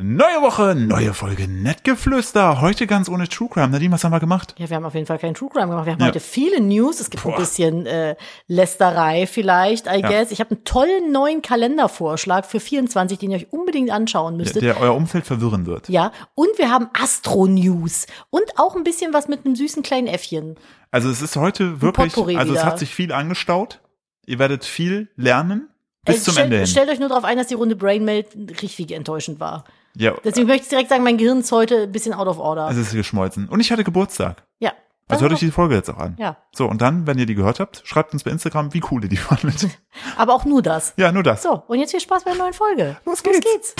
Neue Woche, neue Folge Nettgeflüster. Heute ganz ohne True Crime. Nadine, was haben wir gemacht? Ja, wir haben auf jeden Fall keinen True Crime gemacht. Wir haben Ja. heute viele News. Es gibt Boah. ein bisschen äh, Lästerei vielleicht, I guess. Ich habe einen tollen neuen Kalendervorschlag für 24, den ihr euch unbedingt anschauen müsstet. Der euer Umfeld verwirren wird. Ja, und wir haben Astro-News und auch ein bisschen was mit einem süßen kleinen Äffchen. Also es ist heute wirklich, Potpourri also es wieder. hat sich viel angestaut. Ihr werdet viel lernen. Bis Äh, zum stell- Ende hin. Stellt euch nur darauf ein, dass die Runde Brain Melt richtig enttäuschend war. Ja, Deswegen möchte ich direkt sagen, mein Gehirn ist heute ein bisschen out of order. es ist geschmolzen. Und ich hatte Geburtstag. ja. Also hört euch die Folge jetzt auch an. Ah. Ja. So, und dann, wenn ihr die gehört habt, schreibt uns bei Instagram, wie cool ihr die fandet. Aber auch nur das. Ja, nur das. So, und jetzt viel Spaß bei der neuen Folge. Los Los geht's. geht's.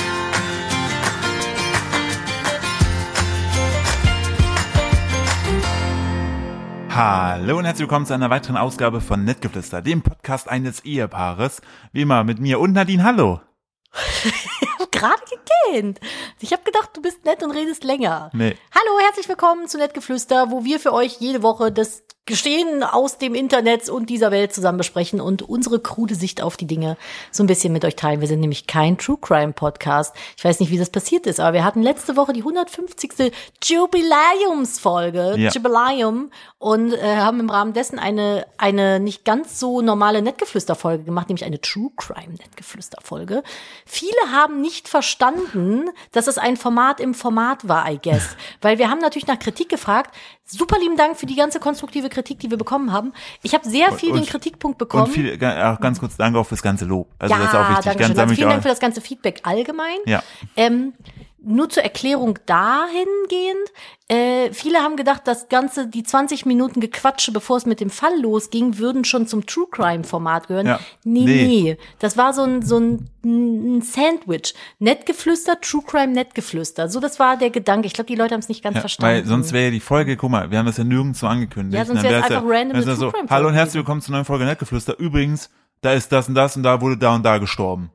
Hallo und herzlich willkommen zu einer weiteren Ausgabe von Nettgeflüster, dem Podcast eines Ehepaares. Wie immer mit mir und Nadine, hallo. hab gerade gekannt. Ich habe gedacht, du bist nett und redest länger. Nee. Hallo, herzlich willkommen zu Nettgeflüster, wo wir für euch jede Woche das Geschehen aus dem Internet und dieser Welt zusammen besprechen und unsere krude Sicht auf die Dinge so ein bisschen mit euch teilen. Wir sind nämlich kein True Crime Podcast. Ich weiß nicht, wie das passiert ist, aber wir hatten letzte Woche die 150. Jubiläumsfolge, Ja. Jubiläum, und äh, haben im Rahmen dessen eine, eine nicht ganz so normale Nettgeflüster-Folge gemacht, nämlich eine True Crime Nettgeflüster-Folge. Viele haben nicht verstanden, dass es ein Format im Format war, I guess. Weil wir haben natürlich nach Kritik gefragt. Super lieben Dank für die ganze konstruktive Kritik, die wir bekommen haben. Ich habe sehr viel und- den Kritikpunkt bekommen. Und viel, ga- auch ganz kurz danke auch fürs ganze Lob. Also das ist auch wichtig. danke ganz schön. Also damit vielen auch- Dank für das ganze Feedback allgemein. Ja. Ähm, nur zur Erklärung dahingehend, äh, viele haben gedacht, das Ganze, die 20 Minuten Gequatsche, bevor es mit dem Fall losging, würden schon zum True Crime-Format gehören. Ja. Nee, Nee. nee, Das war so ein, so ein, ein Sandwich. Nett geflüstert, True Crime nett geflüstert. So, das war der Gedanke. Ich glaube, die Leute haben es nicht ganz Ja, verstanden. weil sonst wäre ja die Folge, guck mal, wir haben das ja nirgends so angekündigt. Ja, sonst Dann wär's wär's ja- einfach random wär's ja eine so, True Crime-Folge Hallo und herzlich willkommen zur neuen Folge Nettgeflüster. Übrigens, da ist das und das und da wurde da und da gestorben.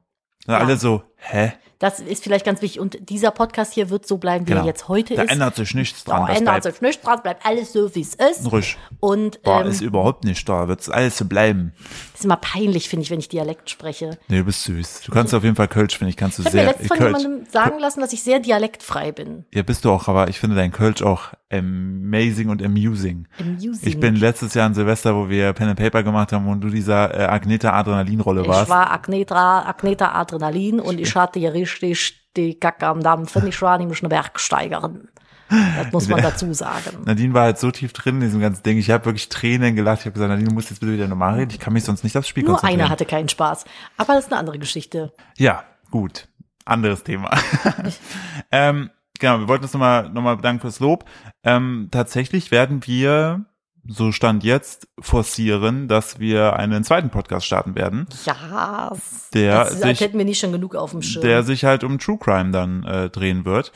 Ja. Alle so, hä? das ist vielleicht ganz wichtig. Und dieser Podcast hier wird so bleiben, wie er jetzt heute Genau. da ist. ändert sich nichts da dran. das ändert bleibt sich nichts dran, bleibt alles so, wie es ist. ruhig. Und Boah, ähm, ist überhaupt nicht da, wird's alles so bleiben. ist immer peinlich, finde ich, wenn ich Dialekt spreche. Nee, du bist süß. Du kannst auf jeden Fall Kölsch, finde ich, kannst du Ich habe mir sehr. letztens von Kölsch. jemandem sagen lassen, dass ich sehr dialektfrei bin. Ja, bist du auch, aber ich finde dein Kölsch auch amazing und amusing. Amusing. Ich bin letztes Jahr an Silvester, wo wir Pen and Paper gemacht haben und du dieser äh, Agneta Adrenalin-Rolle ich warst. war Agneta, Agneta Adrenalin und ich hatte hier richtig die Kacke am Dampfen. Ich war nämlich eine Bergsteigerin. Das muss man dazu sagen. Nadine war halt so tief drin in diesem ganzen Ding. Ich habe wirklich Tränen gelacht. Ich habe gesagt, Nadine, du musst jetzt bitte wieder normal reden. Ich kann mich sonst nicht aufs Spiel Nur konzentrieren. einer hatte keinen Spaß. Aber das ist eine andere Geschichte. Ja, gut. Anderes Thema. ähm, genau, wir wollten uns nochmal noch mal bedanken fürs Lob. Ähm, tatsächlich werden wir, so stand jetzt, forcieren, dass wir einen zweiten Podcast starten werden, Ja, Der das ist, sich- als hätten wir nicht schon genug auf dem Schirm. der sich halt um True Crime dann äh, drehen wird.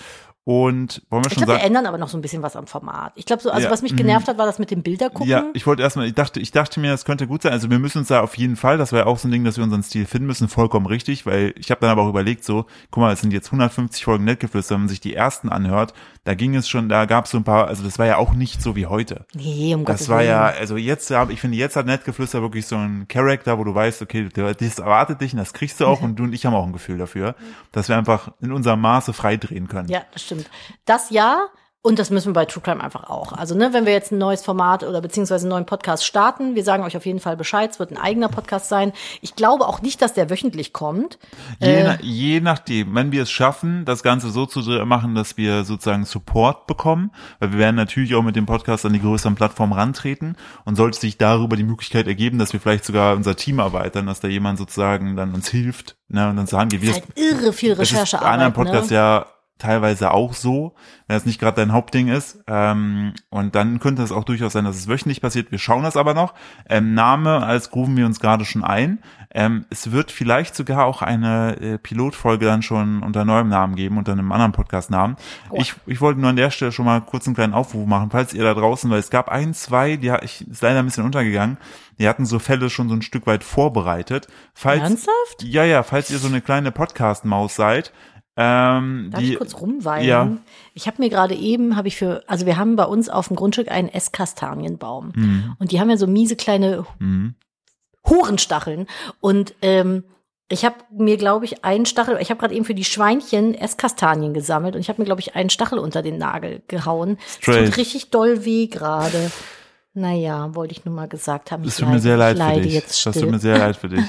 Und wollen wir ich schon glaube, wir sagen. ändern aber noch so ein bisschen was am Format. Ich glaube, so, also Ja, was mich mhm. genervt hat, war das mit dem Bilder gucken. Ja, ich wollte erstmal, ich dachte, ich dachte mir, das könnte gut sein. Also wir müssen uns da auf jeden Fall, das war ja auch so ein Ding, dass wir unseren Stil finden müssen, vollkommen richtig, weil ich habe dann aber auch überlegt, so, guck mal, es sind jetzt 150 Folgen Nettgeflüster, wenn man sich die ersten anhört, da ging es schon, da gab es so ein paar, also das war ja auch nicht so wie heute. nee, um Gottes Das war Willen. ja, also jetzt, hab- ich finde, jetzt hat Nettgeflüster wirklich so einen Charakter, wo du weißt, okay, das erwartet dich und das kriegst du auch und du und ich haben auch ein Gefühl dafür, dass wir einfach in unserem Maße frei drehen können. Ja, das stimmt. Das ja. Und das müssen wir bei True Crime einfach auch. Also, ne, wenn wir jetzt ein neues Format oder beziehungsweise einen neuen Podcast starten, wir sagen euch auf jeden Fall Bescheid, es wird ein eigener Podcast sein. Ich glaube auch nicht, dass der wöchentlich kommt. Je, na, je nachdem, wenn wir es schaffen, das Ganze so zu dr- machen, dass wir sozusagen Support bekommen, weil wir werden natürlich auch mit dem Podcast an die größeren Plattformen rantreten und sollte sich darüber die Möglichkeit ergeben, dass wir vielleicht sogar unser Team erweitern, dass da jemand sozusagen dann uns hilft ne, und uns angeht. Wie Ist das, halt irre viel das ist bei anderen Recherchearbeit. Podcasts ne? ja teilweise auch so, wenn das nicht gerade dein Hauptding ist. Ähm, und dann könnte es auch durchaus sein, dass es wöchentlich passiert. Wir schauen das aber noch. Ähm, Name, alles gruben wir uns gerade schon ein. Ähm, es wird vielleicht sogar auch eine äh, Pilotfolge dann schon unter neuem Namen geben, unter einem anderen Podcast-Namen. Oh. Ich, ich wollte nur an der Stelle schon mal kurz einen kleinen Aufruf machen, falls ihr da draußen, weil es gab ein, zwei, die ha- ich, ist leider ein bisschen untergegangen, die hatten so Fälle schon so ein Stück weit vorbereitet. Falls, Ernsthaft? ja, ja, falls ihr so eine kleine Podcast-Maus seid, ähm, Darf die, ich kurz rumweinen? Ja. Ich habe mir gerade eben, habe ich für, also wir haben bei uns auf dem Grundstück einen Esskastanienbaum. Hm. Und die haben ja so miese kleine Hurenstacheln. Und ähm, Ich habe mir, glaube ich, einen Stachel, ich habe gerade eben für die Schweinchen Esskastanien gesammelt und ich habe mir, glaube ich, einen Stachel unter den Nagel gehauen. Das Straight. tut richtig doll weh gerade. Naja, wollte ich nur mal gesagt haben. Es Ich tut mir leide- sehr leid ich für leide dich. jetzt das tut mir still. sehr leid für dich.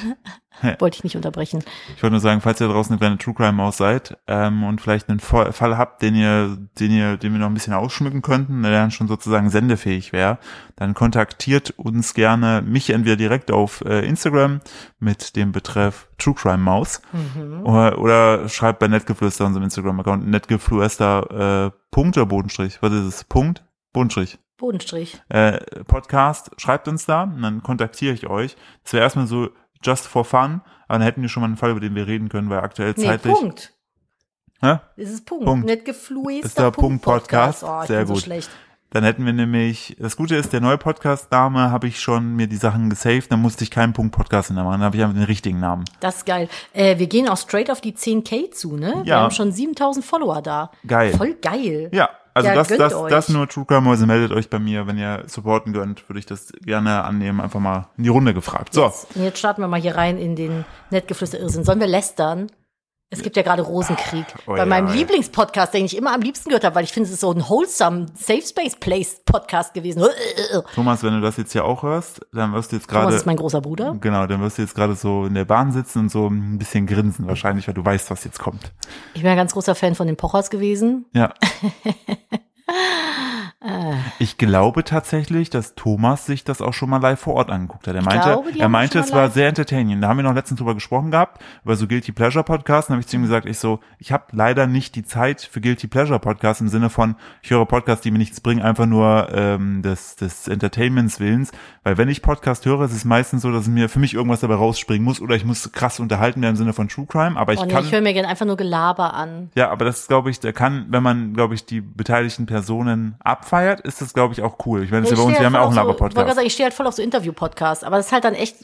Wollte ich nicht unterbrechen. Ich wollte nur sagen, falls ihr draußen eine kleine True Crime Maus seid ähm, und vielleicht einen Fall Fall habt, den ihr, den ihr, den wir noch ein bisschen ausschmücken könnten, der dann schon sozusagen sendefähig wäre, dann kontaktiert uns gerne mich entweder direkt auf äh, Instagram mit dem Betreff True Crime Maus oder, oder schreibt bei Netgeflüster unserem Instagram Account Netgeflüster äh, Punkt oder Bodenstrich. Was ist es? Punkt Bodenstrich Bodenstrich. äh, Podcast, schreibt uns da und dann kontaktiere ich euch. Das wäre erstmal so just for fun, aber dann hätten wir schon mal einen Fall, über den wir reden können, weil aktuell Nee, zeitlich. ne? Punkt. Hä? Es ist Punkt. Punkt. Nicht gefluester Ist der Punkt Podcast. Oh, ich Sehr bin so gut. schlecht. Dann hätten wir nämlich, das Gute ist, der neue Podcast-Name habe ich schon mir die Sachen gesaved, dann musste ich keinen Punkt Podcast hintermachen, dann habe ich einfach den richtigen Namen. Das ist geil. Äh, wir gehen auch straight auf die 10k zu, ne? Wir Ja. haben schon 7000 Follower da. Geil. Voll geil. Ja, also Ja, das, gönnt das, euch. das nur True Crime Mäuse, meldet euch bei mir, wenn ihr supporten gönnt, würde ich das gerne annehmen, einfach mal in die Runde gefragt. So, Jetzt, und jetzt starten wir mal hier rein in den nettgeflüster Irrsinn. Sollen wir lästern? Es gibt ja gerade Rosenkrieg. Oh Bei ja, meinem ja. Lieblingspodcast, den ich immer am liebsten gehört habe, weil ich finde, es ist so ein wholesome Safe Space Place Podcast gewesen. Äh, Thomas, wenn du das jetzt hier auch hörst, dann wirst du jetzt Thomas gerade ist mein großer Bruder. Genau, dann wirst du jetzt gerade so in der Bahn sitzen und so ein bisschen grinsen wahrscheinlich, weil du weißt, was jetzt kommt. Ich bin ein ganz großer Fan von den Pochers gewesen. Ja. ich glaube tatsächlich, dass Thomas sich das auch schon mal live vor Ort angeguckt hat. Er meinte, glaube, die er haben das meinte, schon es mal war live- sehr entertaining. Da haben wir noch letztens drüber gesprochen gehabt, über so Guilty Pleasure Podcasts. Da habe ich zu ihm gesagt, ich so, ich habe leider nicht die Zeit für Guilty Pleasure Podcasts im Sinne von, ich höre Podcasts, die mir nichts bringen, einfach nur ähm, des, des Entertainments Willens. Weil wenn ich Podcast höre, ist es meistens so, dass mir für mich irgendwas dabei rausspringen muss oder ich muss krass unterhalten werden im Sinne von True Crime. Aber ich Und kann Oh, ich höre mir gerne einfach nur Gelaber an. ja, aber das glaube ich, der kann, wenn man, glaube ich, die beteiligten Personen abfeiert, ist das, glaube ich, auch cool. Ich meine, das ist ja bei uns, wir haben ja auch einen Ich wollte gerade Laber-Podcast. sagen, ich stehe halt voll auf so Interview-Podcasts, aber das ist halt dann echt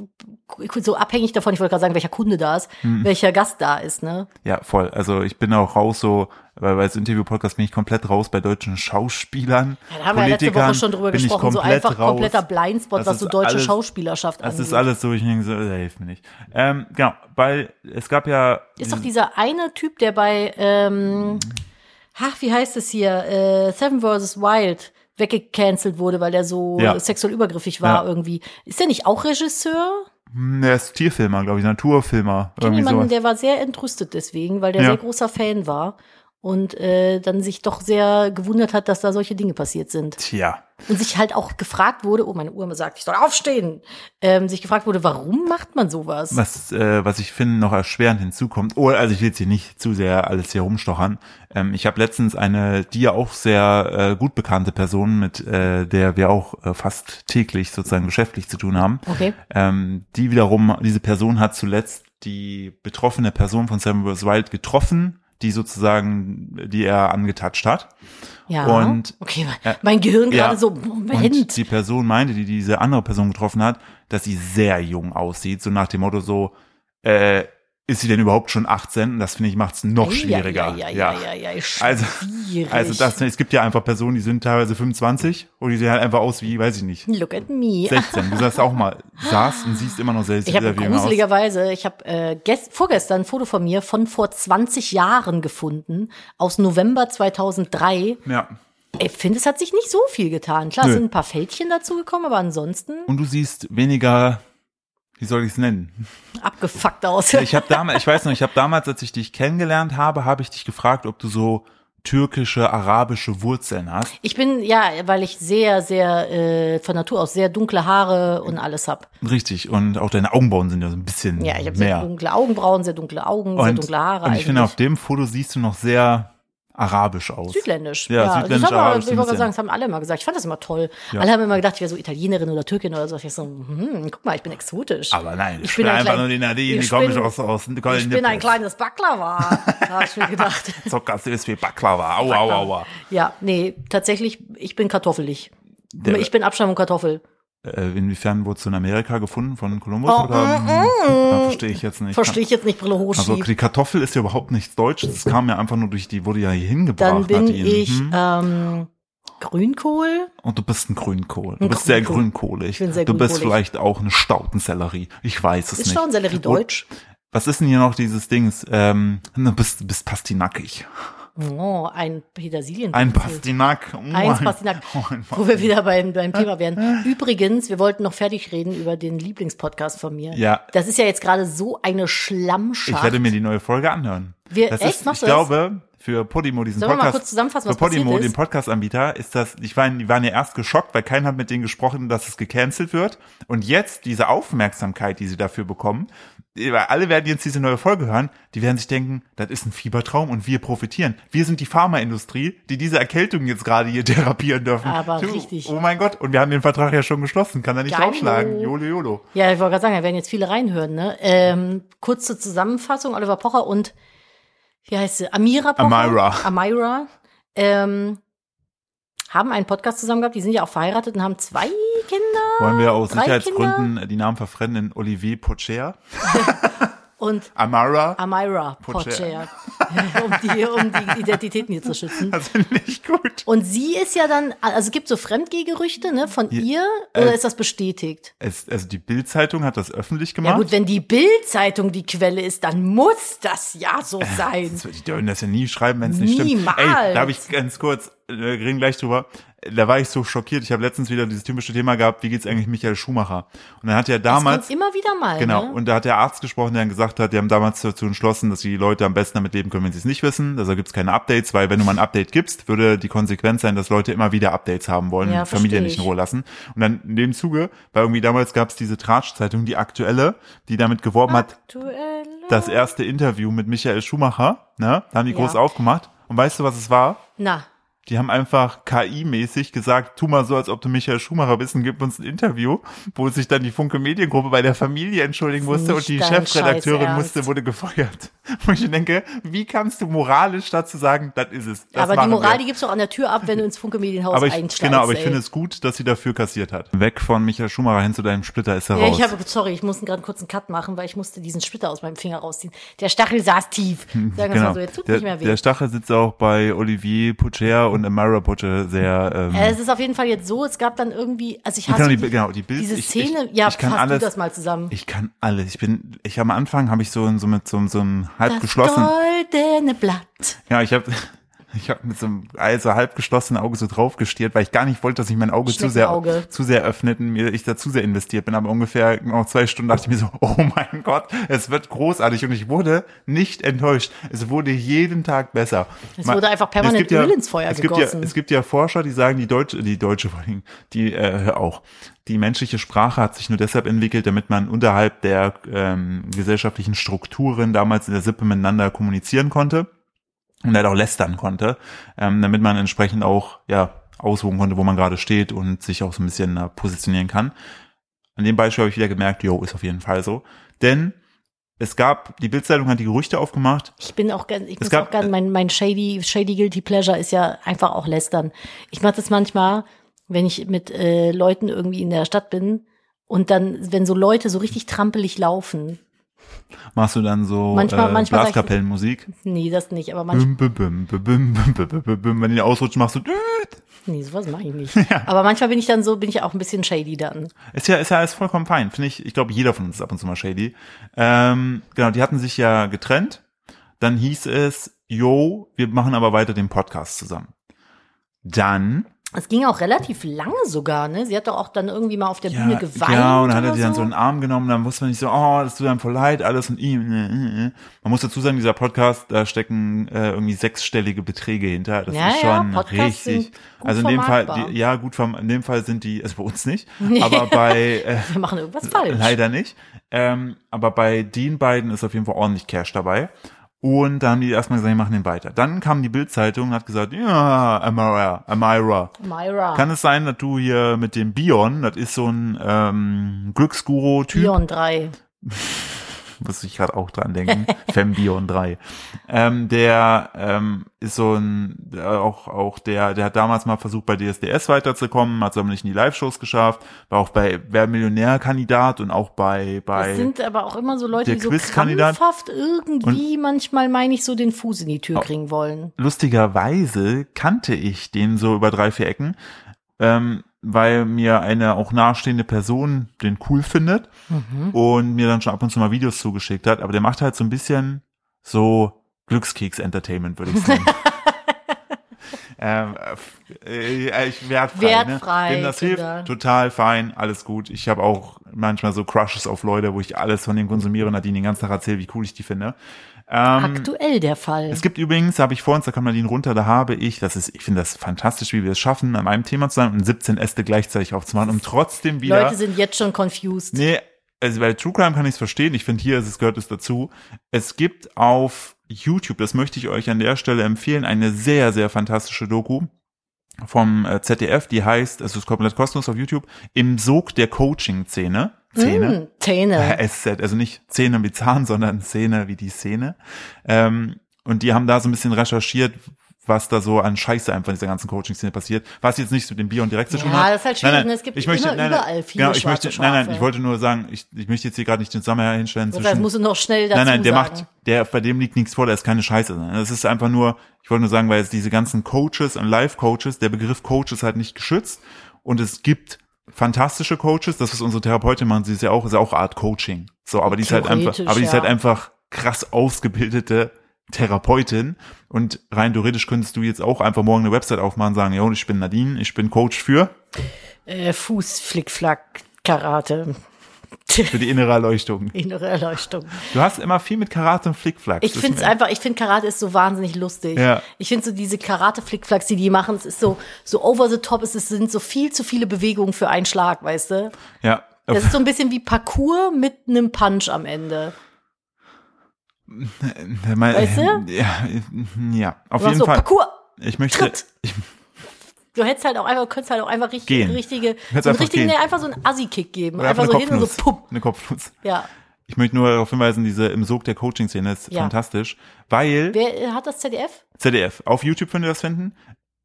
so abhängig davon, ich wollte gerade sagen, welcher Kunde da ist, Hm. welcher Gast da ist, ne? Ja, voll. Also ich bin auch raus so, weil bei Interview-Podcast bin ich komplett raus bei deutschen Schauspielern. Ja, da haben wir ja letzte Woche schon drüber bin ich gesprochen, so komplett einfach raus. kompletter Blindspot, Das was ist so deutsche alles- Schauspielerschaft Das angeht. ist alles so, ich denke so, äh, hilf mir nicht. Ähm, genau, weil es gab ja. Ist doch dieser eine Typ, der bei, ähm, ach, wie heißt es hier, äh, Seven vs. Wild weggecancelt wurde, weil er so Ja. sexuell übergriffig war Ja. irgendwie. Ist der nicht auch Regisseur? Hm, Der ist Tierfilmer, glaube ich, Naturfilmer. kenne Irgendwie sowas. jemanden, der war sehr entrüstet deswegen, weil der Ja. sehr großer Fan war und äh, dann sich doch sehr gewundert hat, dass da solche Dinge passiert sind. Tja. Und sich halt auch gefragt wurde, oh, meine Uhr sagt, ich soll aufstehen. Ähm, sich gefragt wurde, warum macht man sowas? Was, äh, was ich finde, noch erschwerend hinzukommt, oh, also ich will jetzt hier nicht zu sehr alles hier rumstochern. Ähm, ich habe letztens eine dir auch sehr äh, gut bekannte Person, mit äh, der wir auch äh, fast täglich sozusagen geschäftlich zu tun haben. Okay. Ähm, die wiederum, diese Person hat zuletzt die betroffene Person von Sam vs. Wild getroffen, die sozusagen, die er angetatscht hat. Ja. Und- äh, okay, mein- mein Gehirn Ja. gerade so, Und Moment. die Person meinte, die diese andere Person getroffen hat, dass sie sehr jung aussieht, so nach dem Motto so, äh, ist sie denn überhaupt schon 18? Und das finde ich macht's noch schwieriger. Ja, ja, ja, ja, ja. Also- Schwierig. Also das, es gibt ja einfach Personen, die sind teilweise 25 und die sehen halt einfach aus wie, weiß ich nicht, Look at me. Ah, 16. Du sahst auch mal, saß und siehst immer noch sehr, sehr Ich habe sehr jung aus. gruseligerweise, ich habe äh, gest vorgestern ein Foto von mir von vor 20 Jahren gefunden, aus November 2003. Ja. Ich finde, es hat sich nicht so viel getan. Klar, Nö. es sind ein paar Fältchen dazugekommen, aber ansonsten Und du siehst weniger, wie soll ich es nennen? abgefuckt aus. Ich habe damals, ich weiß noch, ich habe damals, als ich dich kennengelernt habe, habe ich dich gefragt, ob du so türkische, arabische Wurzeln hast. Ich bin, ja, weil ich sehr, sehr äh, von Natur aus sehr dunkle Haare und alles hab. Richtig, und auch deine Augenbrauen sind ja so ein bisschen Ja, ich habe sehr mehr. dunkle Augenbrauen, sehr dunkle Augen, sehr dunkle Haare. also und ich finde, auf eigentlich. dem Foto siehst du noch sehr arabisch aus. Südländisch. Ja, südländisch, das haben aber, arabisch, ich so wollte ein gerade bisschen. sagen, das haben alle immer gesagt. Ich fand das immer toll. Alle haben immer gedacht, ich wäre so Italienerin oder Türkin oder so. Ich so, hm, guck mal, ich bin exotisch. Aber nein, ich, Ich bin, bin ein einfach klein- nur die Nadine, die ich komme bin- ich aus, aus Köln. ich bin ein kleines Baklava, habe ich mir gedacht. Zocker, ist wie Baklava. Aua, aua, aua. Ja, nee, tatsächlich, ich bin kartoffelig. ich bin Abstammung Kartoffel. Äh, inwiefern wurdest du in Amerika gefunden von Kolumbus? Oh, oder? mm, Da verstehe ich jetzt nicht. Verstehe ich jetzt nicht, Brille Also hochschieben. die Kartoffel ist ja überhaupt nichts Deutsches. Es kam ja einfach nur durch die, wurde ja hier hingebracht. Dann bin Nadine. ich Hm? ähm, Grünkohl. Und du bist ein Grünkohl. Du Ein bist sehr Grünkohl. grünkohlig. Ich bin sehr du bist grünkohlig. vielleicht auch eine Staudensellerie. Ich weiß es Ist nicht. Staudensellerie Und- deutsch? Was ist denn hier noch dieses Dings? Ähm, du bist, bist pastinackig. Oh, ein Petersilien. Ein Pastinak. Oh, Eins Pastinak, Oh, ein wo wir wieder beim, beim Thema Ah. wären. Übrigens, wir wollten noch fertig reden über den Lieblingspodcast von mir. Ja. Das ist ja jetzt gerade so eine Ich Schlammschacht. werde mir die neue Folge anhören. Wir- das echt? ist, Machst ich du das? glaube, für Podimo, diesen Sollen wir mal Podcast, kurz zusammenfassen, was für Podimo, passiert ist? den Podcast-Anbieter, ist das, ich meine, die waren ja erst geschockt, weil keiner hat mit denen gesprochen, dass es gecancelt wird. Und jetzt diese Aufmerksamkeit, die sie dafür bekommen, weil alle werden jetzt diese neue Folge hören, die werden sich denken, das ist ein Fiebertraum und wir profitieren. Wir sind die Pharmaindustrie, die diese Erkältung jetzt gerade hier therapieren dürfen. Aber richtig. Oh mein Gott, und wir haben den Vertrag ja schon geschlossen, kann er nicht Geilo. aufschlagen. Jolo, jolo. Ja, ich wollte gerade sagen, da werden jetzt viele reinhören. Ne? Ähm, kurz zur Zusammenfassung, Oliver Pocher und, wie heißt sie, Amira Pocher? Amira. Amira. Ähm, haben einen Podcast zusammen gehabt, die sind ja auch verheiratet und haben zwei Kinder Wollen wir aus drei Sicherheitsgründen äh, die Namen verfremden in Olivier Pocher, und Amara, Ah. Amira Pocher. Pocher, um, die, um die Identitäten hier zu schützen. Das finde ich gut. Und sie ist ja dann, also es gibt so Fremdgehgerüchte ne, von ihr, Äh. oder ist das bestätigt? Es, also die Bild-Zeitung hat das öffentlich Ja gemacht. gut, wenn die Bild-Zeitung die Quelle ist, dann muss das ja so sein. Äh, Das- die dürfen das ja nie schreiben, wenn es nicht stimmt. Niemals. Ey, da habe ich ganz kurz, äh, wir reden gleich drüber. Da war ich so schockiert. Ich habe letztens wieder dieses typische Thema gehabt, wie geht's eigentlich Michael Schumacher? Und dann hat ja damals Kommt immer wieder mal. Genau, Ne? und da hat der Arzt gesprochen, der dann gesagt hat, die haben damals dazu entschlossen, dass die Leute am besten damit leben können, wenn sie es nicht wissen. Also gibt es keine Updates, weil wenn du mal ein Update gibst, würde die Konsequenz sein, dass Leute immer wieder Updates haben wollen Ja, und die Familie verstehe nicht in ich. Ruhe lassen. Und dann in dem Zuge, weil irgendwie damals gab es diese Tratsch-Zeitung, die aktuelle, die damit geworben hat, Ah. Aktuelle- das erste Interview mit Michael Schumacher, ne, da haben die Ja. groß aufgemacht. Und weißt du, was es war? Na, Die haben einfach KI-mäßig gesagt, tu mal so, als ob du Michael Schumacher bist und gib uns ein Interview, wo sich dann die Funke Mediengruppe bei der Familie entschuldigen Das ist musste und nicht die dein Chefredakteurin Scheiß musste, Ernst. wurde gefeuert. Wo ich denke, wie kannst du moralisch dazu sagen, das ist es. Das aber die machen Moral, die wir. gibt's doch an der Tür ab, wenn du ins Funke Medienhaus aber ich, einsteigst. genau, aber ich ey. finde es gut, dass sie dafür kassiert hat. Weg von Michael Schumacher hin zu deinem Splitter ist er Ja, raus. ich habe, sorry, ich musste gerade kurz einen Cut machen, weil ich musste diesen Splitter aus meinem Finger rausziehen. Der Stachel saß tief. Sagen wir genau. mal so, jetzt tut der, nicht mehr weh. der Stachel sitzt auch bei Olivier Pocher und Amara Pocher sehr. Ähm, Äh, Es ist auf jeden Fall jetzt so, es gab dann irgendwie, also ich genau, hasse die, die- genau, die Bild, diese ich, Szene, ich, ja, ich kann fass alles, du das mal zusammen. Ich kann alles. Ich bin, ich am Anfang habe ich so, in- so mit so, so einem halb das geschlossenen, goldene Blatt. ja, ich habe, ich habe mit so einem also halb geschlossenen Auge so drauf gestiert, weil ich gar nicht wollte, dass ich mein Auge zu sehr, Schneckenauge. zu sehr öffnet und mir, ich da zu sehr investiert bin. Aber ungefähr noch zwei Stunden dachte ich mir so, oh mein Gott, es wird großartig und ich wurde nicht enttäuscht. Es wurde jeden Tag besser. Es wurde einfach permanent gibt Öl ins Feuer es gibt ja, gegossen. es gibt ja Forscher, die sagen, die deutsche, die deutsche vor allem, die äh, hör auch, die menschliche Sprache hat sich nur deshalb entwickelt, damit man unterhalb der ähm, gesellschaftlichen Strukturen damals in der Sippe miteinander kommunizieren konnte und halt auch lästern konnte, ähm, damit man entsprechend auch ja auswogen konnte, wo man gerade steht und sich auch so ein bisschen äh, positionieren kann. An dem Beispiel habe ich wieder gemerkt, jo, ist auf jeden Fall so, denn es gab, die Bildzeitung hat die Gerüchte aufgemacht, Ich bin auch gern, ich muss gab- äh, auch gern, mein, mein shady, shady guilty pleasure ist ja einfach auch lästern. Ich mache das manchmal, wenn ich mit äh, Leuten irgendwie in der Stadt bin und dann, wenn so Leute so richtig trampelig laufen. machst du dann so Manchmal- äh, manchmal sag ich- Blaskapellenmusik. Nee, das nicht, aber manchmal, Bim, bim, bim, bim, bim, bim, bim, bim, bim, bim. Wenn die ausrutschen, machst du. düt. nee, sowas mache ich nicht. Aber manchmal bin ich dann so, bin ich auch ein bisschen shady dann. Ist ja, ist ja alles vollkommen fein. Finde ich, ich glaube, jeder von uns ist ab und zu mal shady. Ähm, genau, die hatten sich ja getrennt. Dann hieß es, yo, wir machen aber weiter den Podcast zusammen. Dann Es ging auch relativ lange sogar, ne? Sie hat doch auch dann irgendwie mal auf der Bühne geweint. Ja, genau, und dann hat er oder sie dann so so in den Arm genommen, dann wusste man nicht so, oh, das tut einem voll leid, alles und ihm. äh, äh, äh. Man muss dazu sagen, dieser Podcast, da stecken äh, irgendwie sechsstellige Beträge hinter. Das Ja, ist ja, schon Podcasts richtig. sind gut Also in dem Fall, vermarktbar. die, ja, gut, verm- in dem Fall sind die, also bei uns nicht, aber bei äh, Wir machen irgendwas falsch. Leider nicht. Ähm, aber bei den beiden ist auf jeden Fall ordentlich Cash dabei. Und da haben die erstmal gesagt, wir machen den weiter. Dann kam die Bild-Zeitung und hat gesagt, ja, Amira, Amira. Myra. Kann es sein, dass du hier mit dem Bion, das ist so ein ähm, Glücksguru-Typ, Bion 3. muss ich gerade auch dran denken, Fembion 3, ähm, der ähm, ist so ein, der auch, auch der, der hat damals mal versucht, bei DSDS weiterzukommen, hat es aber nicht in die Live-Shows geschafft, war auch bei Wer Millionär-Kandidat und auch bei, bei Das sind aber auch immer so Leute, der die so Quizkandidat. krampfhaft irgendwie manchmal, meine ich, so den Fuß in die Oh. Tür kriegen wollen. lustigerweise kannte ich den so über drei, vier Ecken. Ähm, weil mir eine auch nahestehende Person den cool findet Mhm. und mir dann schon ab und zu mal Videos zugeschickt hat. Aber der macht halt so ein bisschen so Glückskeks-Entertainment, würde ich sagen. ähm, äh, ich, wertfrei. Wertfrei, Ne? Wem das Kinder. hilft, total fein, alles gut. Ich habe auch manchmal so Crushes auf Leute, wo ich alles von denen konsumiere und Nadine den ganzen Tag erzähle, wie cool ich die finde. Aktuell der Fall. Ähm, Es gibt übrigens, da habe ich vor uns, da kann man den runter, da habe ich, das ist, ich finde das fantastisch, wie wir es schaffen, an einem Thema zu sein und 17 Äste gleichzeitig aufzumachen, um trotzdem wieder. Leute sind jetzt schon confused. nee, also bei True Crime kann ich es verstehen. Ich finde hier, es gehört es dazu. Es gibt auf YouTube, das möchte ich euch an der Stelle empfehlen, eine sehr, sehr fantastische Doku vom äh, ZDF, die heißt, es ist komplett kostenlos auf YouTube, im Sog der Coaching-Szene. Szene. Hm, Zähne. Äh, SZ, also nicht Zähne wie Zahn, sondern Zähne wie die Szene. Ähm, und die haben da so ein bisschen recherchiert, was da so an Scheiße einfach in dieser ganzen Coaching-Szene passiert. Was jetzt nicht mit dem Bier und direkt zu Ja, tun hat. das ist halt schwierig, ne? Es gibt ich möchte, immer nein, nein, überall viele genau, ich möchte, schwarze Nein, nein, Schafe. ich wollte nur sagen, ich, ich möchte jetzt hier gerade nicht den Zusammenhang hinstellen Das heißt, zwischen musst du noch schnell dazu Nein, nein, der sagen. macht, der, bei dem liegt nichts vor, da ist keine Scheiße. Das ist einfach nur, ich wollte nur sagen, weil es diese ganzen Coaches und Life-Coaches, der Begriff Coach ist halt nicht geschützt und es gibt fantastische Coaches, das ist unsere Therapeutin, machen sie ist ja auch, ist ja auch Art Coaching. So, aber die ist halt einfach, Theoretisch, aber die ist halt ja. einfach krass ausgebildete Therapeutin und rein theoretisch könntest du jetzt auch einfach morgen eine Website aufmachen und sagen, jo, ich bin Nadine, ich bin Coach für, Äh, Fuß, Flick, Flack, Karate. für die innere Erleuchtung. Innere Erleuchtung. Du hast immer viel mit Karate und Flickflack. Ich finde es einfach, ich finde Karate ist so wahnsinnig lustig. Ja. Ich finde so diese Karate-Flickflacks, die die machen, es ist so, so over the top, es ist- sind so viel zu viele Bewegungen für einen Schlag, weißt du? Ja. Das ist so ein bisschen wie Parkour mit einem Punch am Ende. Äh, Mein, Weißt du? äh, Ja, äh, ja auf Du machst jeden so Fall. Parkour. Ich möchte, Tritt. ich, Du hättest halt auch einfach, könntest halt auch einfach richtig, Gehen. richtige, so hättest einen einfach richtigen, gehen. nee, einfach so einen Assi-Kick geben. oder Einfach, einfach so eine hin und so Kopfnuss. pum. Eine Kopfnuss. Ja. Ich möchte nur darauf hinweisen, diese im Sog der Coaching-Szene ist Ja. fantastisch, weil Wer äh, hat das ZDF? ZDF, auf YouTube könnt ihr das finden.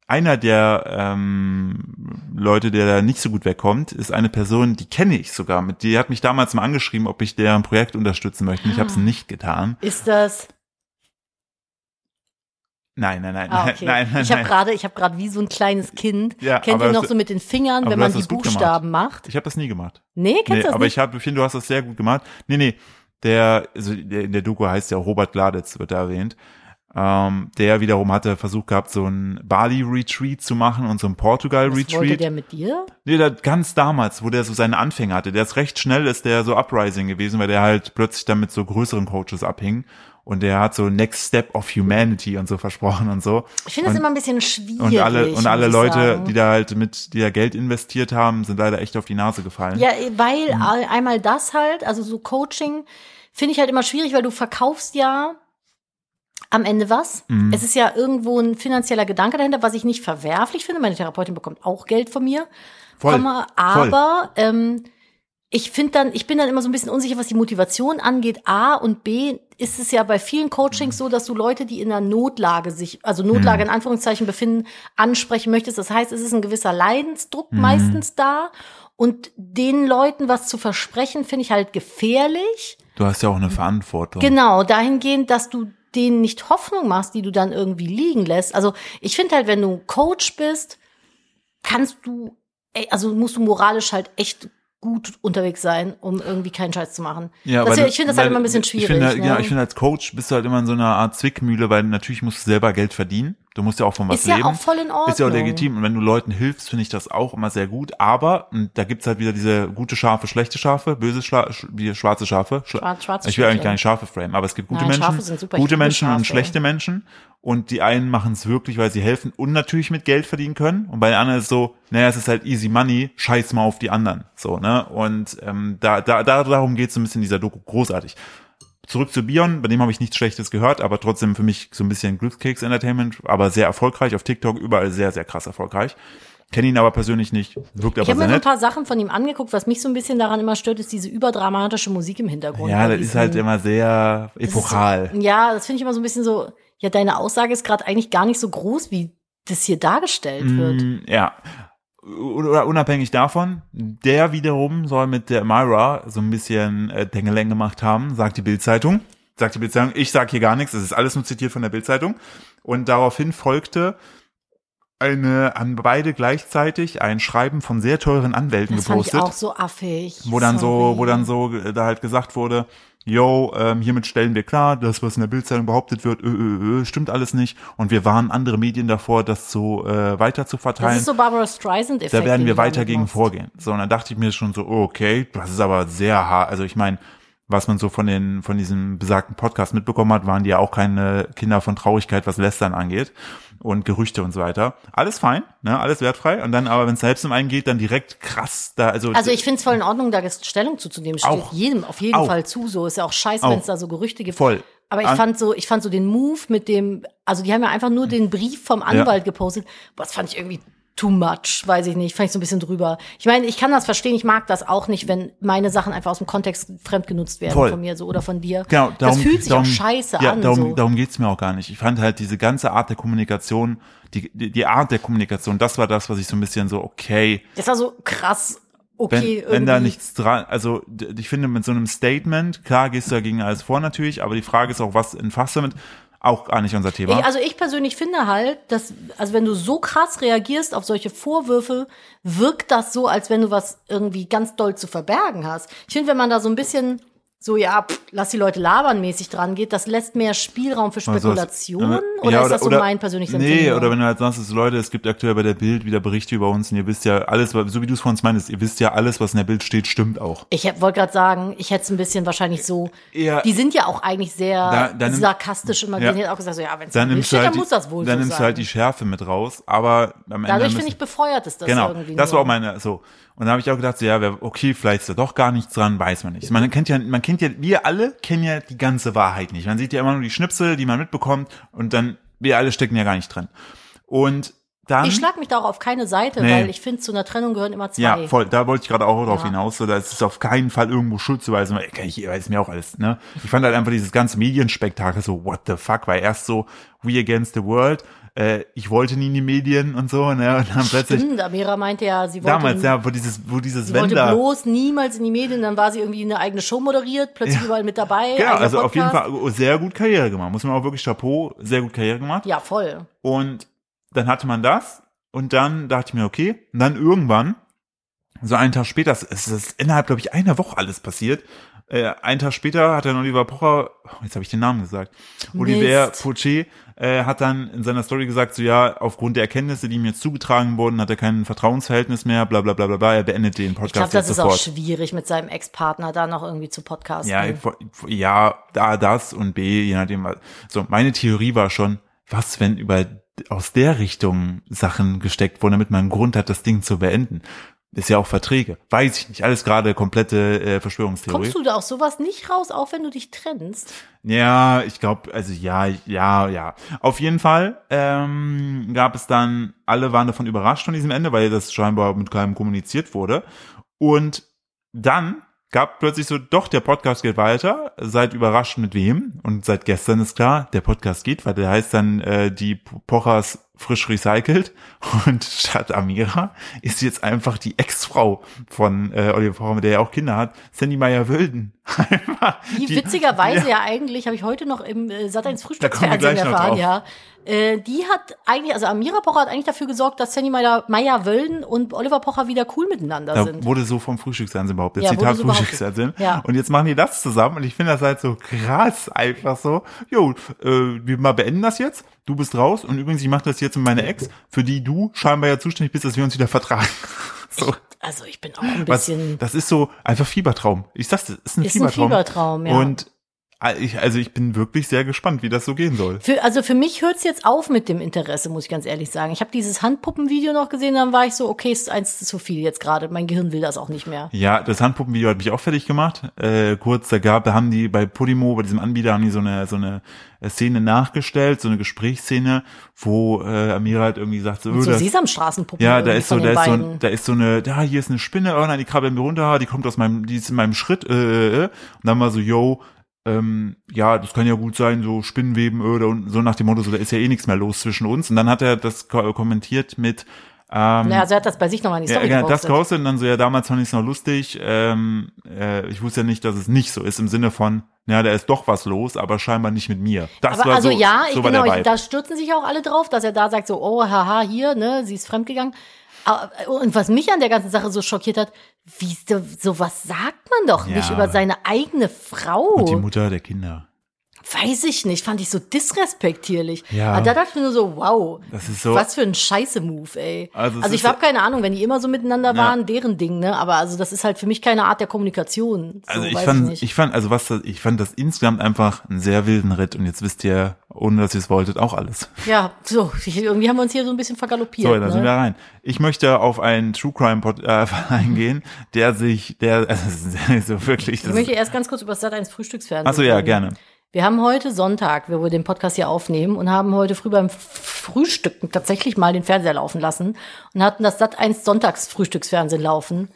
Einer der ähm, Leute, der da nicht so gut wegkommt, ist eine Person, die kenne ich sogar. Mit die hat mich damals mal angeschrieben, ob ich deren Projekt unterstützen möchte. Ich habe es Ah. nicht getan. Ist das? Nein, nein, nein, Ah, okay. nein, nein, ich habe nein. gerade, ich habe gerade wie so ein kleines Kind. Ja, Kennt aber ihr noch das- so mit den Fingern, aber wenn du man hast die das gut gemacht. Buchstaben macht? Ich habe das nie gemacht. Nee, kennst du das aber nicht? ich habe, ich finde, du hast das sehr gut gemacht. Nee, nee, der, also der in der Doku heißt ja Robert Gladitz, wird da erwähnt. Ähm, der wiederum hatte versucht gehabt, so ein Bali-Retreat zu machen und so ein Was wollte Portugal-Retreat. der mit dir? Nee, der ganz damals, wo der so seine Anfänge hatte. Der ist recht schnell, ist der so Uprising gewesen, weil der halt plötzlich dann mit so größeren Coaches abhing. Und der hat so Next Step of Humanity und so versprochen und so. Ich finde das Und- immer ein bisschen schwierig. und alle, und alle muss ich Leute, sagen. die da halt mit, die da Geld investiert haben, sind leider echt auf die Nase gefallen. Ja, weil all- einmal das halt, also so Coaching finde ich halt immer schwierig, weil du verkaufst ja am Ende was. Es ist ja irgendwo ein finanzieller Gedanke dahinter, was ich nicht verwerflich finde. Meine Therapeutin bekommt auch Geld von mir. Voll, Komma, voll. aber ähm, ich finde dann, ich bin dann immer so ein bisschen unsicher, was die Motivation angeht. A und B ist es ja bei vielen Coachings so, dass du Leute, die in einer Notlage sich, also Notlage Mhm. in Anführungszeichen befinden, ansprechen möchtest. Das heißt, es ist ein gewisser Leidensdruck Mhm. meistens da. Und den Leuten was zu versprechen, finde ich halt gefährlich. Du hast ja auch eine Verantwortung. Genau, dahingehend, dass du denen nicht Hoffnung machst, die du dann irgendwie liegen lässt. Also ich finde halt, wenn du Coach bist, kannst du, ey, also musst du moralisch halt echt gut unterwegs sein, um irgendwie keinen Scheiß zu machen. das, weil du- ich finde das weil- halt immer ein bisschen schwierig. Ich finde, ne? ja, ich finde, als Coach bist du halt immer in so einer Art Zwickmühle, weil natürlich musst du selber Geld verdienen. Du musst ja auch von was ist halt leben. ja auch voll in Ordnung. Ist ja auch legitim. Und wenn du Leuten hilfst, finde ich das auch immer sehr gut. Aber, und da gibt's halt wieder diese gute Schafe, schlechte Schafe, böse Schla sch wie schwarze Schafe. Schla Schwarz- schwarze ich will eigentlich Schafe. gar nicht Schafe frame, aber es gibt gute Nein, Menschen, Schafe sind super, ich gute liebe Menschen Schafe. und schlechte Menschen. Und die einen machen es wirklich, weil sie helfen und natürlich mit Geld verdienen können. Und bei den anderen ist so, naja, es ist halt easy money, scheiß mal auf die anderen. So, ne? Und ähm, da, da, da, darum geht's so ein bisschen in dieser Doku. Großartig. Zurück zu Bion, bei dem habe ich nichts Schlechtes gehört, aber trotzdem für mich so ein bisschen Glückskeks Entertainment, aber sehr erfolgreich, auf TikTok überall sehr, sehr krass erfolgreich. Kenne ihn aber persönlich nicht, wirkt Ich aber halt habe sehr mir so ein nett. paar Sachen von ihm angeguckt, was mich so ein bisschen daran immer stört, ist diese überdramatische Musik im Hintergrund. Ja, Bei das ist diesen- halt immer sehr Das ist so- epochal. Ja, das finde ich immer so ein bisschen so, ja, deine Aussage ist gerade eigentlich gar nicht so groß, wie das hier dargestellt wird. Mm, Ja. Oder unabhängig davon, der wiederum soll mit der Myra so ein bisschen äh, Dengeleng gemacht haben, sagt die Bildzeitung. Sagt die Bildzeitung, ich sag hier gar nichts, es ist alles nur zitiert von der Bildzeitung. Und daraufhin folgte eine, an beide gleichzeitig ein Schreiben von sehr teuren Anwälten Das fand ich gepostet, auch so affig. wo dann Sorry. so, wo dann so äh, da halt gesagt wurde, yo, ähm, hiermit stellen wir klar, das, was in der Bildzeitung behauptet wird, ö, ö, ö, stimmt alles nicht und wir warnen andere Medien davor, das so äh, weiter zu Das verteilen. ist so Barbara Streisand-Effekt. da werden den wir du weiter damit gegen machst. vorgehen. So, und dann dachte ich mir schon so, okay, das ist aber sehr hart. Also ich meine, was man so von den, von diesem besagten Podcast mitbekommen hat, waren die ja auch keine Kinder von Traurigkeit, was Lästern angeht und Gerüchte und so weiter. Alles fein, ne, alles wertfrei. Und dann aber, wenn es selbst um einen geht, dann direkt krass da, also, Also ich finde es voll in Ordnung, da jetzt Stellung zuzunehmen. Steht Auch. jedem auf jeden Auch. Fall zu. So ist ja auch scheiße, Auch. wenn es da so Gerüchte gibt. Voll. Aber ich An- fand so, ich fand so den Move mit dem, also die haben ja einfach nur den Brief vom Anwalt gepostet. Boah, das fand ich irgendwie too much, weiß ich nicht. Fand ich so ein bisschen drüber. Ich meine, ich kann das verstehen. Ich mag das auch nicht, wenn meine Sachen einfach aus dem Kontext fremd genutzt werden Voll. von mir so oder von dir. genau, darum, das fühlt sich darum, auch scheiße ja, an. Darum, so. darum geht's mir auch gar nicht. Ich fand halt diese ganze Art der Kommunikation, die, die, die Art der Kommunikation, das war das, was ich so ein bisschen so, okay, das war so krass. wenn, Okay, wenn da irgendwie. nichts dran, also d- ich finde mit so einem Statement, klar gehst du dagegen alles vor natürlich, aber die Frage ist auch, was entfasst du damit? Auch gar nicht unser Thema. Ich, also ich persönlich finde halt, dass, also wenn du so krass reagierst auf solche Vorwürfe, wirkt das so, als wenn du was irgendwie ganz doll zu verbergen hast. Ich finde, wenn man da so ein bisschen so, ja, pff, lass die Leute labern mäßig dran geht, das lässt mehr Spielraum für Oder sowas. Spekulationen. Äh, also oder Also ja, ist das so mein persönliches Nee, Empfinden? oder wenn du halt sagst, es ist, Leute, es gibt aktuell bei der Bild wieder Berichte über uns und ihr wisst ja alles, was- so wie du es von uns meintest, ihr wisst ja alles, was in der Bild steht, stimmt auch. ich hä- wollte gerade sagen, ich hätte es ein bisschen wahrscheinlich so, Ja. die sind ja auch eigentlich sehr Da- da nimm- sarkastisch immer, Ja. die hätten auch gesagt, so, ja, wenn es Dann nicht nimmst du steht, halt, dann muss das wohl die, dann so nimmst du sein. halt die Schärfe mit raus, aber am Ende Dadurch müssen- finde ich befeuert ist das Genau, irgendwie das nur. war auch meine, so. Und da habe ich auch gedacht, so, ja, wer- okay, vielleicht ist da doch gar nichts dran, weiß man nicht. Man kennt ja, man kennt ja, wir alle kennen ja die ganze Wahrheit nicht. Man sieht ja immer nur die Schnipsel, die man mitbekommt und dann, wir alle stecken ja gar nicht drin. Und dann, Ich schlag mich da auch auf keine Seite, Hm? Nee. weil ich finde, zu einer Trennung gehören immer zwei. ja, voll, da wollte ich gerade auch drauf Ja. hinaus, so, da ist es auf keinen Fall irgendwo Schuld zu weisen, weil, ey, ich weiß mir auch alles, ne. Ich fand halt einfach dieses ganze Medienspektakel so, what the fuck, weil erst so, we against the world, äh, ich wollte nie in die Medien und so, ne, und dann plötzlich, Stimmt, Amira meinte ja, sie wollte, damals, ja, wo dieses, wo dieses sie wollte Wender, bloß niemals in die Medien, dann war sie irgendwie eine eigene Show moderiert, plötzlich überall mit dabei. Ja, eigener also auf jeden Podcast. Fall sehr gut Karriere gemacht. Muss man auch wirklich Chapeau, sehr gut Karriere gemacht. Ja, voll. Und dann hatte man das und dann dachte ich mir, okay, und dann irgendwann, so einen Tag später, es ist es ist innerhalb, glaube ich, einer Woche alles passiert. Äh, einen Tag später hat dann Oliver Pocher, oh, jetzt habe ich den Namen gesagt, Oliver Mist. Pocher äh, hat dann in seiner Story gesagt, so ja, aufgrund der Erkenntnisse, die ihm jetzt zugetragen wurden, hat er kein Vertrauensverhältnis mehr, bla bla bla bla bla, er beendet den Podcast Ich glaube, das jetzt ist sofort. auch schwierig, mit seinem Ex-Partner da noch irgendwie zu podcasten. Ja, vor- vor- ja, da das und B, je nachdem. was. So, meine Theorie war schon, was, wenn über aus der Richtung Sachen gesteckt wurden, damit man einen Grund hat, das Ding zu beenden. Ist ja auch Verträge. Weiß ich nicht. Alles gerade komplette äh, Verschwörungstheorie. Kommst du da auch sowas nicht raus, auch wenn du dich trennst? Ja, ich glaube, also ja, ja, ja. Auf jeden Fall ähm, gab es dann, alle waren davon überrascht von diesem Ende, weil das scheinbar mit keinem kommuniziert wurde. Und dann gab plötzlich so, doch, der Podcast geht weiter. Seid überrascht mit wem. Und seit gestern ist klar, der Podcast geht weiter. Der heißt dann äh, die Pochers frisch recycelt. Und statt Amira ist jetzt einfach die Ex-Frau von äh, Oliver Pocher, mit der er auch Kinder hat, Sandy Meyer-Wilden. Einfach Die, die- witzigerweise ja, eigentlich, habe ich heute noch im äh, Sat1 Da kommen Frühstücksfernsehen wir gleich noch erfahren, drauf. ja. Äh, die hat eigentlich, also Amira Pocher hat eigentlich dafür gesorgt, dass Sandy Meyer- Meyer-Wölden und Oliver Pocher wieder cool miteinander Da sind. wurde so vom Frühstücksfernsehen behauptet. Ja, Zitat wurde so behauptet. Frühstücksfernsehen. Ja. Und jetzt machen die das zusammen und ich finde das halt so krass, einfach so. Jo, äh, wir mal beenden das jetzt. Du bist raus und übrigens, ich mache das jetzt mit meiner Ex, für die du scheinbar ja zuständig bist, dass wir uns wieder vertragen. So, Also ich bin auch ein was, bisschen. das ist so einfach Fiebertraum. Ich sag's, dir, ist ein Ist ein Fiebertraum. Fiebertraum, ja. Und äh, ich, also ich bin wirklich sehr gespannt, wie das so gehen soll. Für, also für mich hört's jetzt auf mit dem Interesse, muss ich ganz ehrlich sagen. Ich habe dieses Handpuppenvideo noch gesehen, dann war ich so, okay, ist eins zu viel jetzt gerade. Mein Gehirn will das auch nicht mehr. Ja, das Handpuppenvideo hat mich auch fertig gemacht. Äh, kurz, da gab, da haben die bei Podimo, bei diesem Anbieter, haben die so eine so eine äh, Szene nachgestellt, so eine Gesprächsszene, wo äh, Amira halt irgendwie sagt, so, äh, So das, Sesamstraßenpuppen. ja, da irgendwie ist so, da von den ist so, beiden. ein- da ist so eine, da hier ist eine Spinne, oh nein, die krabbelt mir runter, die kommt aus meinem, die ist in meinem Schritt, äh, äh, äh. und dann war so, yo, ähm, ja, das kann ja gut sein, so Spinnenweben, äh, da unten, so nach dem Motto, so da ist ja eh nichts mehr los zwischen uns. Und dann hat er das ko kommentiert mit, Ähm, Naja, also er hat das bei sich nochmal in die ja, Story genau, das gepostet. gehostet und dann so, ja, damals fand ich es noch lustig. Ähm, äh, ich wusste ja nicht, dass es nicht so ist, im Sinne von, ja, da ist doch was los, aber scheinbar nicht mit mir. Das Aber war also so, ja, ich, so war genau, der ich, Vibe. da stürzen sich auch alle drauf, dass er da sagt so, oh, haha, hier, ne, sie ist fremdgegangen. Aber- Und was mich an der ganzen Sache so schockiert hat, wie so, sowas sagt man doch Ja, nicht über aber- seine eigene und die Frau. Mutter der Kinder. Weiß ich nicht, fand ich so disrespektierlich. Ja. Aber da dachte ich mir nur so, wow, Das ist so- was für ein scheiße Move, ey. Also Also, es ich ist- habe keine Ahnung, wenn die immer so miteinander Ja. waren, deren Ding, ne? Aber also das ist halt für mich keine Art der Kommunikation. So, Also ich weiß fand, nicht. ich, fand, also was, das- ich fand das insgesamt einfach einen sehr wilden Ritt und jetzt wisst ihr, ohne dass ihr es wolltet, auch alles. ja, so, irgendwie haben wir uns hier so ein bisschen vergaloppiert. So, dann ne? sind wir rein. Ich möchte auf einen True Crime Pod äh, eingehen, der sich, der, also das ist so wirklich, Ich das möchte ist, erst ganz kurz über Sat 1 Frühstücksfernsehen. Ach so, ja, reden. gerne. Wir haben heute Sonntag, wo wir den Podcast hier aufnehmen und haben heute früh beim Frühstücken tatsächlich mal den Fernseher laufen lassen und hatten das Sat 1 Sonntags Frühstücksfernsehen laufen.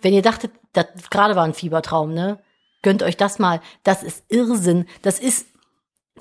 Wenn ihr dachtet, das gerade war ein Fiebertraum, ne? Gönnt euch das mal. Das ist Irrsinn. Das ist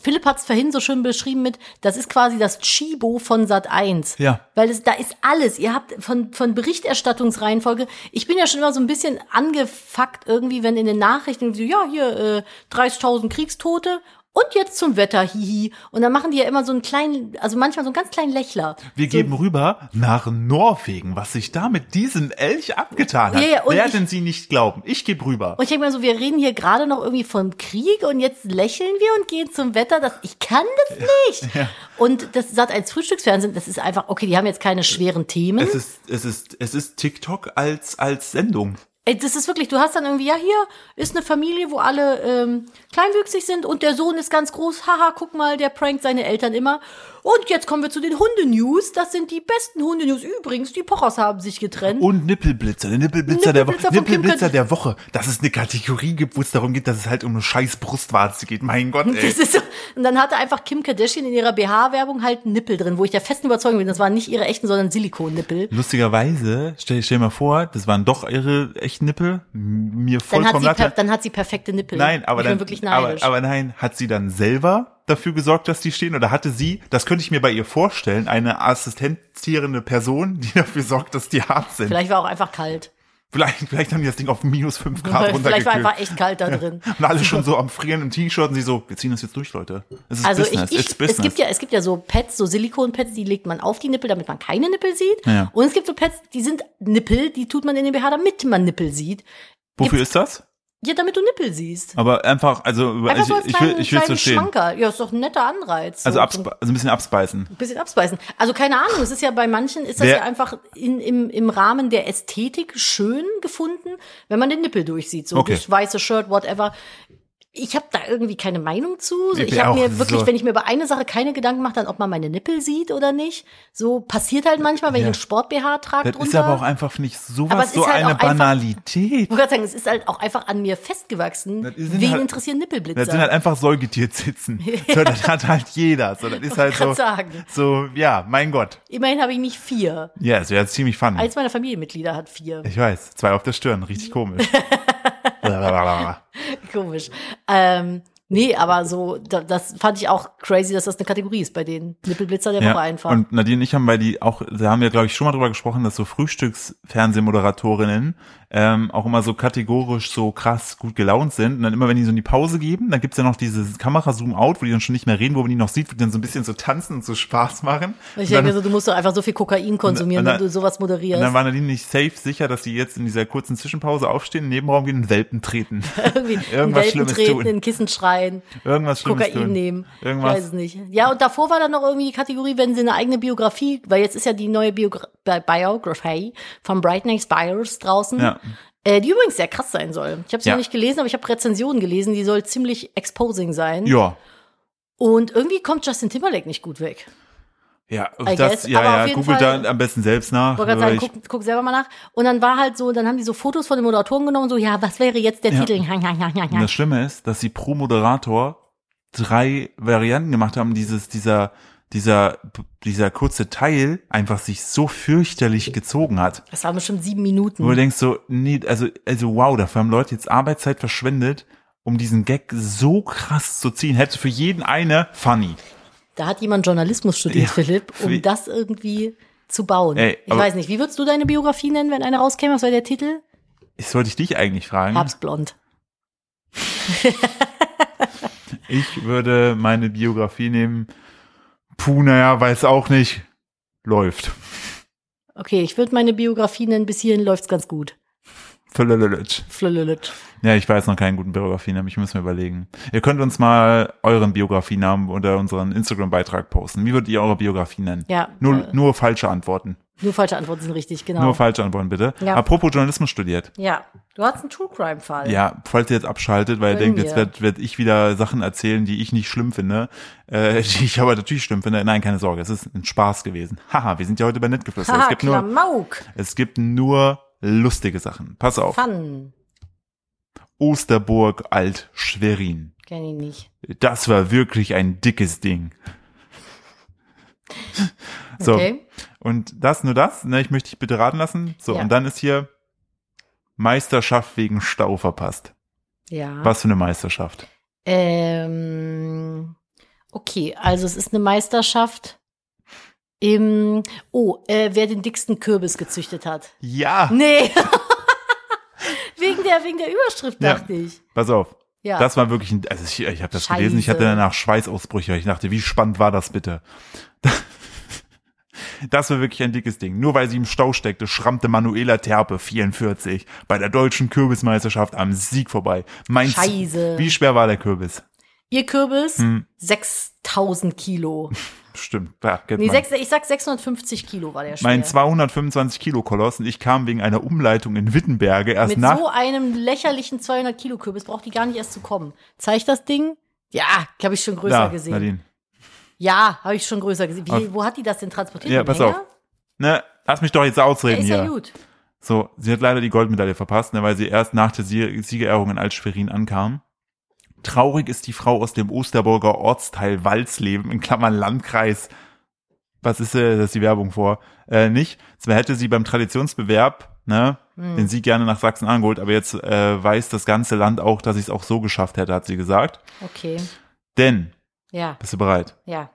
Philipp hat es vorhin so schön beschrieben mit, das ist quasi das Chibo von Sat 1. Ja. Weil es, da ist alles. Ihr habt von, von Berichterstattungsreihenfolge. Ich bin ja schon immer so ein bisschen angefuckt irgendwie, wenn in den Nachrichten so, ja, hier, äh, 30.000 Kriegstote und jetzt zum Wetter, hihi. Und dann machen die ja immer so einen kleinen, also manchmal so einen ganz kleinen Lächler. wir geben rüber nach Norwegen, was sich da mit diesem Elch abgetan hat. Ja, ja, und Werden Sie nicht glauben. Ich gebe rüber. Und ich denke mir so, wir reden hier gerade noch irgendwie vom Krieg und jetzt lächeln wir und gehen zum Wetter. Das, ich kann das nicht. Und das sagt als Frühstücksfernsehen, das ist einfach, okay, die haben jetzt keine schweren Themen. Es ist, es ist, es ist TikTok als, als Sendung. Ey, das ist wirklich, du hast dann irgendwie, ja, hier ist eine Familie, wo alle ähm, kleinwüchsig sind und der Sohn ist ganz groß. Haha, guck mal, der prankt seine Eltern immer. Und jetzt kommen wir zu den Hunde-News. Das sind die besten Hunde-News. Übrigens, die Pochers haben sich getrennt. Und Nippelblitzer, der Nippelblitzer, der Nippelblitzer Woche. von Kim Nippelblitzer Kardashian. der Woche. Dass es eine Kategorie gibt, wo es darum geht, dass es halt um eine scheiß Brustwarze geht. Mein Gott, ey. Das ist so, und dann hatte einfach Kim Kardashian in ihrer BH-Werbung halt einen Nippel drin, wo ich der festen Überzeugung bin, das waren nicht ihre echten, sondern Silikonnippel. Lustigerweise, stell, stell mal vor, das waren doch ihre echten Nippel. M- Mir Dann hat, vollkommen sie per, Latte. dann hat sie perfekte Nippel. Nein, aber ich bin dann, wirklich aber, neidisch. aber nein, hat sie dann selber dafür gesorgt, dass die stehen? Oder hatte sie, das könnte ich mir bei ihr vorstellen, eine assistenzierende Person, die dafür sorgt, dass die hart sind? Vielleicht war auch einfach kalt. Vielleicht, vielleicht haben die das Ding auf minus fünf Grad Vielleicht war runtergekühlt. einfach echt kalt da drin. Und alle schon so am Frieren im T-Shirt und sie so, wir ziehen das jetzt durch, Leute. Es ist Also Business, ich, it's ich, es Business. gibt ja, es gibt ja so Pads, so Silikonpads, die legt man auf die Nippel, damit man keine Nippel sieht. Ja. Und es gibt so Pads, die sind Nippel, die tut man in den BH, damit man Nippel sieht. Wofür ist das? Ja, damit du Nippel siehst. Aber einfach, also Einfach so als ich, ich will kleinen, ich will es kleinen verstehen. Schmanker. Ja, ist doch ein netter Anreiz. Also, so, abspe- so also ein bisschen abspeisen. ein bisschen abspeisen. Also keine Ahnung, es ist ja bei manchen, ist das Wer- ja einfach in, im, im Rahmen der Ästhetik schön gefunden, wenn man den Nippel durchsieht. So Okay. das weiße Shirt, whatever. Ich habe da irgendwie keine Meinung zu. So, Ich ich habe auch, mir wirklich, so. wenn ich mir über eine Sache keine Gedanken mache, dann ob man meine Nippel sieht oder nicht. So passiert halt manchmal, wenn Ja. ich einen Sport BH trage Das drunter. ist aber auch einfach nicht sowas, Aber es ist so halt eine auch einfach- Banalität. ich wollte gerade sagen, es ist halt auch einfach an mir festgewachsen. Das sind Wen halt- interessieren Nippelblitzer? Das sind halt einfach Säugetierzitzen. So, das hat halt jeder. So, das ist halt so, grad sagen. so, ja, mein Gott. Immerhin habe ich nicht vier. Ja, es wäre ziemlich fun. Eins meiner Familienmitglieder hat vier. ich weiß, zwei auf der Stirn, richtig komisch. Blablabla. Komisch. Ähm, nee, aber so, da, das fand ich auch crazy, dass das eine Kategorie ist bei denen. Nippelblitzer der Woche ja. einfach. Und Nadine und ich haben bei die auch, da haben wir glaube ich schon mal drüber gesprochen, dass so Frühstücksfernsehmoderatorinnen ähm, auch immer so kategorisch so krass gut gelaunt sind. Und dann immer, wenn die so in die Pause geben, dann gibt's ja noch dieses Kamera-Zoom-Out, wo die dann schon nicht mehr reden, wo man die noch sieht, wo die dann so ein bisschen so tanzen und so Spaß machen. Und ich Und dann- denke so, du musst doch einfach so viel Kokain konsumieren, Und wenn dann- du sowas Und dann moderierst. waren die nicht safe sicher, dass sie jetzt in dieser kurzen Zwischenpause aufstehen, in den Nebenraum gehen und Welpen treten. Irgendwie in irgendwas Welpen Schlimmes treten, tun. in Kissen schreien, Irgendwas Schlimmes Kokain tun. nehmen. Irgendwas. Ich weiß es nicht. Ja, und davor war dann noch irgendwie die Kategorie, wenn sie eine eigene Biografie, weil jetzt ist ja die neue Biogra Bi- Biografie von Brightening Spires draußen. Ja. Äh, die übrigens sehr krass sein soll. Ich habe sie Ja. noch nicht gelesen, aber ich habe Rezensionen gelesen, die soll ziemlich exposing sein. Ja. Und irgendwie kommt Justin Timberlake nicht gut weg. Ja, also I das, guess. ja, Aber auf ja, jeden google Fall- da am besten selbst nach. wollte gerade Ich- sagen, guck, guck selber mal nach. Und dann war halt so, dann haben die so Fotos von den Moderatoren genommen, so, ja, was wäre jetzt der Ja. Titel? Ja, ja, ja, ja, und ja. das Schlimme ist, dass sie pro Moderator drei Varianten gemacht haben, dieses, dieser, dieser, dieser kurze Teil einfach sich so fürchterlich gezogen hat. Das waren bestimmt sieben Wo du Minuten. denkst so, nee, also, also wow, dafür haben Leute jetzt Arbeitszeit verschwendet, um diesen Gag so krass zu ziehen. Hätte für jeden eine funny. Da hat jemand Journalismus studiert, Ja. Philipp, um Wie- das irgendwie zu bauen. Ey, ich aber- weiß nicht, wie würdest du deine Biografie nennen, wenn eine rauskäme? Was wäre der Titel? Ich sollte ich dich eigentlich fragen. Herbstblond. Ich würde meine Biografie nehmen. Puh, naja, weiß auch nicht. Läuft. Okay, ich würde meine Biografie nennen, bis hierhin läuft's ganz gut. Flölölölötsch. Flölölötsch. Ja, ich weiß noch keinen guten Biografienamen, ich muss mir überlegen. Ihr könnt uns mal euren Biografienamen unter unseren Instagram-Beitrag posten. Wie würdet ihr eure Biografie nennen? Ja, Nur, äh, nur falsche Antworten. Nur falsche Antworten sind richtig, genau. Nur falsche Antworten, bitte. Ja. Apropos Journalismus studiert. ja, du hast einen True Crime Fall. Ja, falls ihr jetzt abschaltet, weil ihr Gönn denkt, jetzt dir. werde werd ich wieder Sachen erzählen, die ich nicht schlimm finde, äh, die ich aber natürlich schlimm finde. Nein, keine Sorge, es ist ein Spaß gewesen. Haha, wir sind ja heute bei Nettgeflüster. Haha, es, gibt nur, Klamauk. es gibt nur lustige Sachen. Pass auf. Fun. Osterburg Alt Schwerin. Kenn ich nicht. Das war wirklich ein dickes Ding. So, Okay. und das nur das. Ne, ich möchte dich bitte raten lassen. So, Ja. und dann ist hier Meisterschaft wegen Stau verpasst. Ja. Was für eine Meisterschaft. Ähm, okay, also es ist eine Meisterschaft im. Oh, äh, wer den dicksten Kürbis gezüchtet hat. Ja, Nee. wegen, der, wegen der Überschrift, Ja. dachte ich. pass auf. Ja. Das war wirklich ein, also ich, ich habe das Scheiße. gelesen, ich hatte danach Schweißausbrüche. Ich dachte, wie spannend war das bitte? Das war wirklich ein dickes Ding. Nur weil sie im Stau steckte, schrammte Manuela Terpe, 44, bei der deutschen Kürbismeisterschaft am Sieg vorbei. Mein Scheiße. Wie schwer war der Kürbis? Ihr Kürbis? Hm. 6000 Kilo. Stimmt, ja, kennt Nee, man. sechs, ich sag 650 Kilo war der schwer. Mein 225 Kilo Koloss und ich kam wegen einer Umleitung in Wittenberge erst Mit nach. so einem lächerlichen 200 Kilo Kürbis braucht die gar nicht erst zu kommen. Zeig das Ding? Ja, habe ich schon größer Ja, gesehen. Nadine. Ja, habe ich schon größer gesehen. Auf- Wie, wo hat die das denn transportiert? Ja, Im pass Hänger? auf. Ne, lass mich doch jetzt Ja, ausreden ist hier. ja gut. So, sie hat leider die Goldmedaille verpasst, ne, weil sie erst nach der Sie- Siegerehrung in Altschwerin ankam. Traurig ist die Frau aus dem Osterburger Ortsteil Walsleben, in Klammern Landkreis. Was ist äh, das ist die Werbung vor? Äh, nicht. Zwar hätte sie beim Traditionsbewerb, ne, Hm. den Sieg gerne nach Sachsen angeholt, aber jetzt äh, weiß das ganze Land auch, dass ich es auch so geschafft hätte, hat sie gesagt. Okay. Denn, Ja, bist du bereit? ja.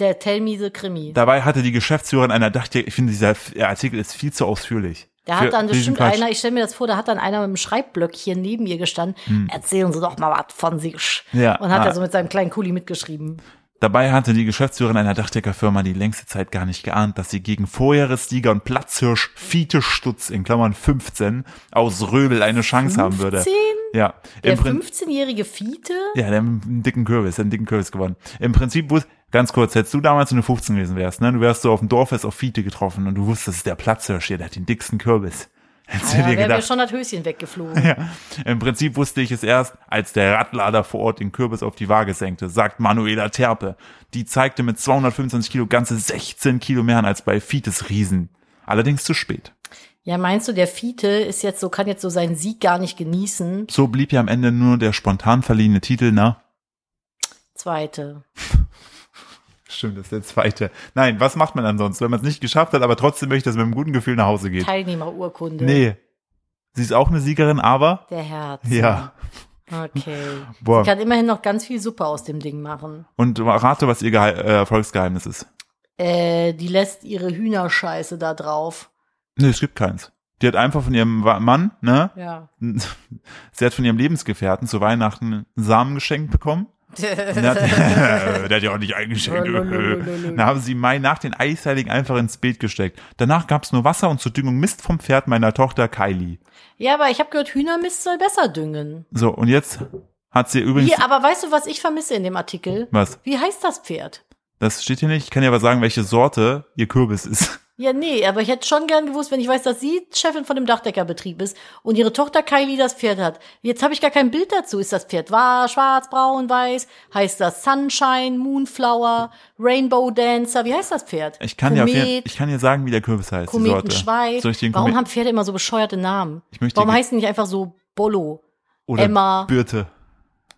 Der Tell Me the Krimi. Dabei hatte die Geschäftsführerin einer Dachdeck, ich finde, dieser Artikel ist viel zu ausführlich. Da Für hat dann diesen bestimmt Quatsch. einer, ich stelle mir das vor, da hat dann einer mit einem Schreibblöckchen neben ihr gestanden, erzählen Sie doch mal was von sich. Hm. Ja, Und hat ah. da so mit seinem kleinen Kuli mitgeschrieben. Dabei hatte die Geschäftsführerin einer Dachdeckerfirma die längste Zeit gar nicht geahnt, dass sie gegen Vorjahressieger und Platzhirsch Fiete Stutz in Klammern 15 aus Röbel eine Chance haben würde. 15? Ja, im Der Prin 15-jährige Fiete? ja, der hat einen dicken Kürbis, der hat einen dicken Kürbis gewonnen. Im Prinzip, wus- ganz kurz, hättest du damals, wenn du 15 gewesen wärst, ne, du wärst so auf dem Dorffest auf Fiete getroffen und du wusstest, der Platzhirsch hier, der hat den dicksten Kürbis. Hättest du Ah Ja, dir wäre mir gedacht. schon das Höschen weggeflogen. Ja. Im Prinzip wusste ich es erst, als der Radlader vor Ort den Kürbis auf die Waage senkte, sagt Manuela Terpe. Die zeigte mit 225 Kilo ganze 16 Kilo mehr an als bei Fites Riesen. Allerdings zu spät. Ja, meinst du, der Fiete ist jetzt so, kann jetzt so seinen Sieg gar nicht genießen? So blieb ja am Ende nur der spontan verliehene Titel, na? Zweite. Stimmt, das ist der zweite. Nein, was macht man dann sonst, wenn man es nicht geschafft hat, aber trotzdem möchte, dass man mit einem guten Gefühl nach Hause geht? Teilnehmerurkunde. Nee. Sie ist auch eine Siegerin, aber? Der Herz. Ja. Okay. Boah. Sie kann immerhin noch ganz viel Suppe aus dem Ding machen. Und rate, was ihr Gehe äh, Erfolgsgeheimnis ist. Äh, die lässt ihre Hühnerscheiße da drauf. Nee, es gibt keins. Die hat einfach von ihrem Wa- Mann, ne? Ja. sie hat von ihrem Lebensgefährten zu Weihnachten einen Samen geschenkt bekommen. Und hat, der hat ja auch nicht eingeschenkt. Oh, Dann haben sie Mai nach den Eisheiligen einfach ins Beet gesteckt. Danach gab's nur Wasser und zur Düngung Mist vom Pferd meiner Tochter Kylie. ja, aber ich habe gehört, Hühnermist soll besser düngen. So, und jetzt hat sie übrigens. Hier, aber weißt du, was ich vermisse in dem Artikel? Was? Wie heißt das Pferd? Das steht hier nicht. Ich kann ja aber sagen, welche Sorte ihr Kürbis ist. Ja, nee, aber ich hätte schon gern gewusst, wenn ich weiß, dass sie Chefin von dem Dachdeckerbetrieb ist und ihre Tochter Kylie das Pferd hat. Jetzt habe ich gar kein Bild dazu. Ist das Pferd war, schwarz, braun, weiß? Heißt das Sunshine, Moonflower, Rainbow Dancer? Wie heißt das Pferd? Ich kann ja auf jeden, Komet, ich kann dir sagen, wie der Kürbis heißt, die Sorte. Kometenschweif. Soll ich den Warum Komet- haben Pferde immer so bescheuerte Namen? Ich möchte Warum ge- heißen die nicht einfach so Bollo, oder Emma- Birte.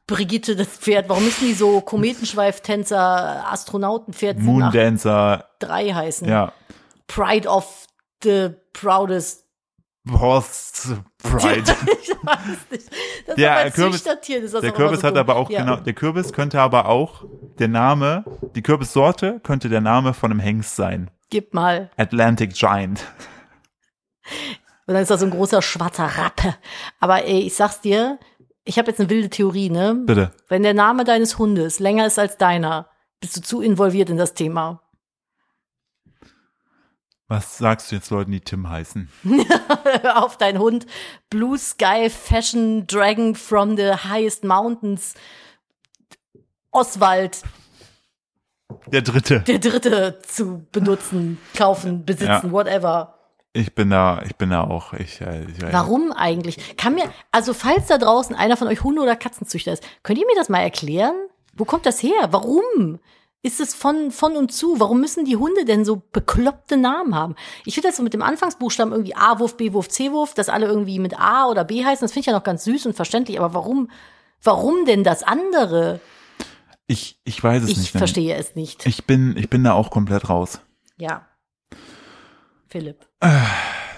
Brigitte das Pferd? Warum müssen die so Kometenschweiftänzer, Astronautenpferd Moondancer, 783 heißen? ja. Pride of the proudest Horst Pride. ich weiß nicht. Das Der ja, ist aber Kürbis- ein Züchtertier. Das ist Der auch immer Kürbis so hat dumm. aber auch, ja. genau, der Kürbis könnte aber auch, der Name, die Kürbissorte könnte der Name von einem Hengst sein. Gib mal. Atlantic Giant. Und dann ist das so ein großer schwarzer Rappe. Aber ey, ich sag's dir, ich habe jetzt eine wilde Theorie, ne? Bitte. Wenn der Name deines Hundes länger ist als deiner, bist du zu involviert in das Thema. Was sagst du jetzt Leuten, die Tim heißen? Hör auf deinen Hund Blue Sky Fashion Dragon from the highest mountains Oswald Der dritte. der Dritte zu benutzen, kaufen, besitzen, whatever. Ich bin da, ich bin da auch. Ich, äh, ich Warum eigentlich? Kann mir, also falls da draußen einer von euch Hunde- oder Katzenzüchter ist, könnt ihr mir das mal erklären? Wo kommt das her? Warum? Ist es von, von und zu? Warum müssen die Hunde denn so bekloppte Namen haben? Ich finde das so mit dem Anfangsbuchstaben irgendwie A-Wurf, B-Wurf, C-Wurf, dass alle irgendwie mit A oder B heißen, das finde ich ja noch ganz süß und verständlich, aber warum, warum denn das andere? Ich, ich weiß es Ich nicht. verstehe es nicht. Ich bin, ich bin da auch komplett raus. Ja. Philipp, haben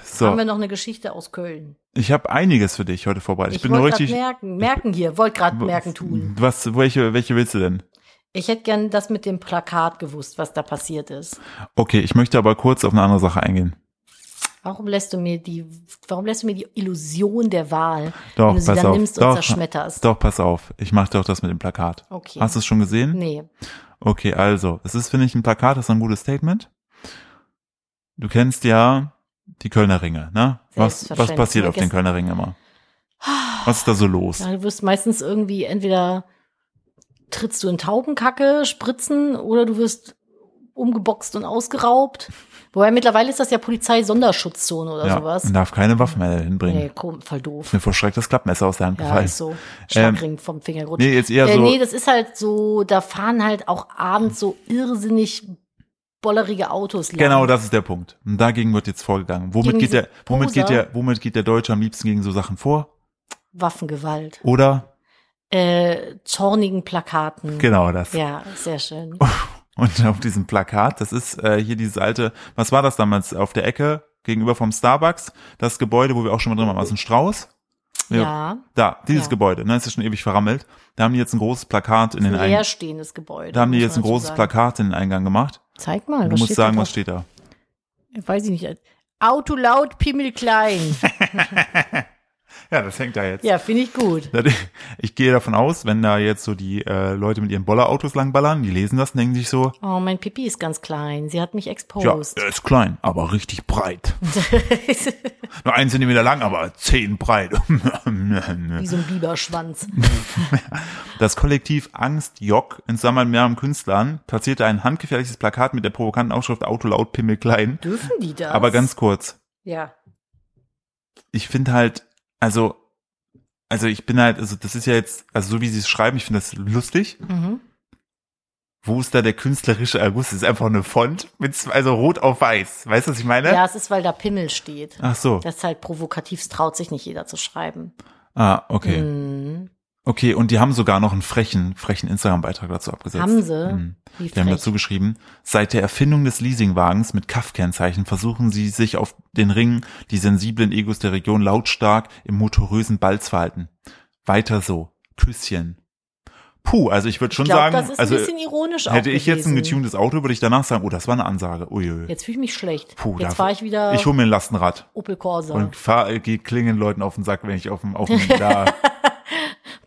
So, wir noch eine Geschichte aus Köln? ich habe einiges für dich heute vorbereitet. Also Ich, Mhm. bin nur wollte gerade richtig. merken, merken hier, wollte gerade merken tun. Was, welche, welche willst du denn? Ich hätte gern das mit dem Plakat gewusst, was da passiert ist. Okay, ich möchte aber kurz auf eine andere Sache eingehen. Warum lässt du mir die, warum lässt du mir die Illusion der Wahl, Doch, wenn du sie pass dann auf. nimmst und Doch, zerschmetterst? Doch, pass auf. Ich mache doch das mit dem Plakat. Okay. Hast du es schon gesehen? Nee. Okay, also, es ist, finde ich, ein Plakat, das ist ein gutes Statement. Du kennst ja die Kölner Ringe, ne? Was, was Selbstverständlich. Ah, passiert auf den Vergessen. Kölner Ringen immer? Was ist da so los? Ja, du wirst meistens irgendwie entweder trittst du in Taubenkacke, Spritzen oder du wirst umgeboxt und ausgeraubt. Wobei mittlerweile ist das ja Polizei-Sonderschutzzone oder ja, sowas. man darf keine Waffen mehr hinbringen. Nee, komm, voll Ist doof. mir vor Schreck das Klappmesser aus der Hand Ja, gefallen. ist so. Schlagring vom Finger gerutscht. Nee, jetzt eher äh, so. nee, das ist halt so, da fahren halt auch abends so irrsinnig bollerige Autos lang. Genau, das ist der Punkt. Und dagegen wird jetzt vorgegangen. Womit Gegen geht diese der, womit Poser? geht der, womit geht der Deutsche am liebsten gegen so Sachen vor? Waffengewalt. Oder? Äh, zornigen Plakaten. Genau das. Ja, sehr schön. Oh, Und auf diesem Plakat, das ist äh, hier dieses alte, was war das damals auf der Ecke gegenüber vom Starbucks? Das Gebäude, wo wir auch schon mal drin waren, war es ein Strauß? ja, Da, dieses Ja. Gebäude, ne, es ist schon ewig verrammelt. Da haben die jetzt ein großes Plakat in den ein Eingang. leerstehendes Gebäude. Da haben die muss jetzt ein man dazu großes sagen. Plakat in den Eingang gemacht. Zeig mal, Du was musst steht sagen, da was drauf? steht da. Weiß ich nicht. Auto laut, Pimmel klein. Ja, das hängt da jetzt. ja, finde ich gut. Ich gehe davon aus, wenn da jetzt so die äh, Leute mit ihren Bollerautos langballern, die lesen das, und denken sich so, Oh, mein Pipi ist ganz klein. Sie hat mich ja, exposed. er ist klein, aber richtig breit. Nur ein Zentimeter lang, aber zehn breit. Wie so ein Biberschwanz. Das Kollektiv Angst Jock in Zusammenarbeit mit mehreren Künstlern platzierte ein handgefährliches Plakat mit der provokanten Aufschrift Auto laut Pimmel klein. Dürfen die das? Aber ganz kurz, Ja. ich finde halt, also, also ich bin halt, also das ist ja jetzt, also so wie sie es schreiben, ich finde das lustig. Mhm. Wo ist da der künstlerische Erguss? Das ist einfach eine Font mit, z- also rot auf weiß. Weißt du, was ich meine? Ja, es ist, weil da Pimmel steht. Ach so. Das ist halt provokativ, es traut sich nicht jeder zu schreiben. Ah, okay. Mhm. Okay, und die haben sogar noch einen frechen, frechen Instagram-Beitrag dazu abgesetzt. Haben sie? Mhm. Wie Die haben frech. dazu geschrieben, seit der Erfindung des Leasingwagens mit Kaff-Kennzeichen versuchen sie sich auf den Ringen die sensiblen Egos der Region lautstark im motorösen Ball zu halten. Weiter so. Küsschen. Puh, also ich würde schon ich sagen, glaube, das ist also ein bisschen ironisch auch hätte ich jetzt ein gewesen. getuntes Auto, würde ich danach sagen, oh, das war eine Ansage. Uiuiui. Jetzt fühle ich mich schlecht. Puh, da- jetzt war ich wieder Ich hole mir ein Lastenrad Opel Corsa. und fahr, äh, geh klingen Leuten auf den Sack, wenn ich auf dem, auf dem, da,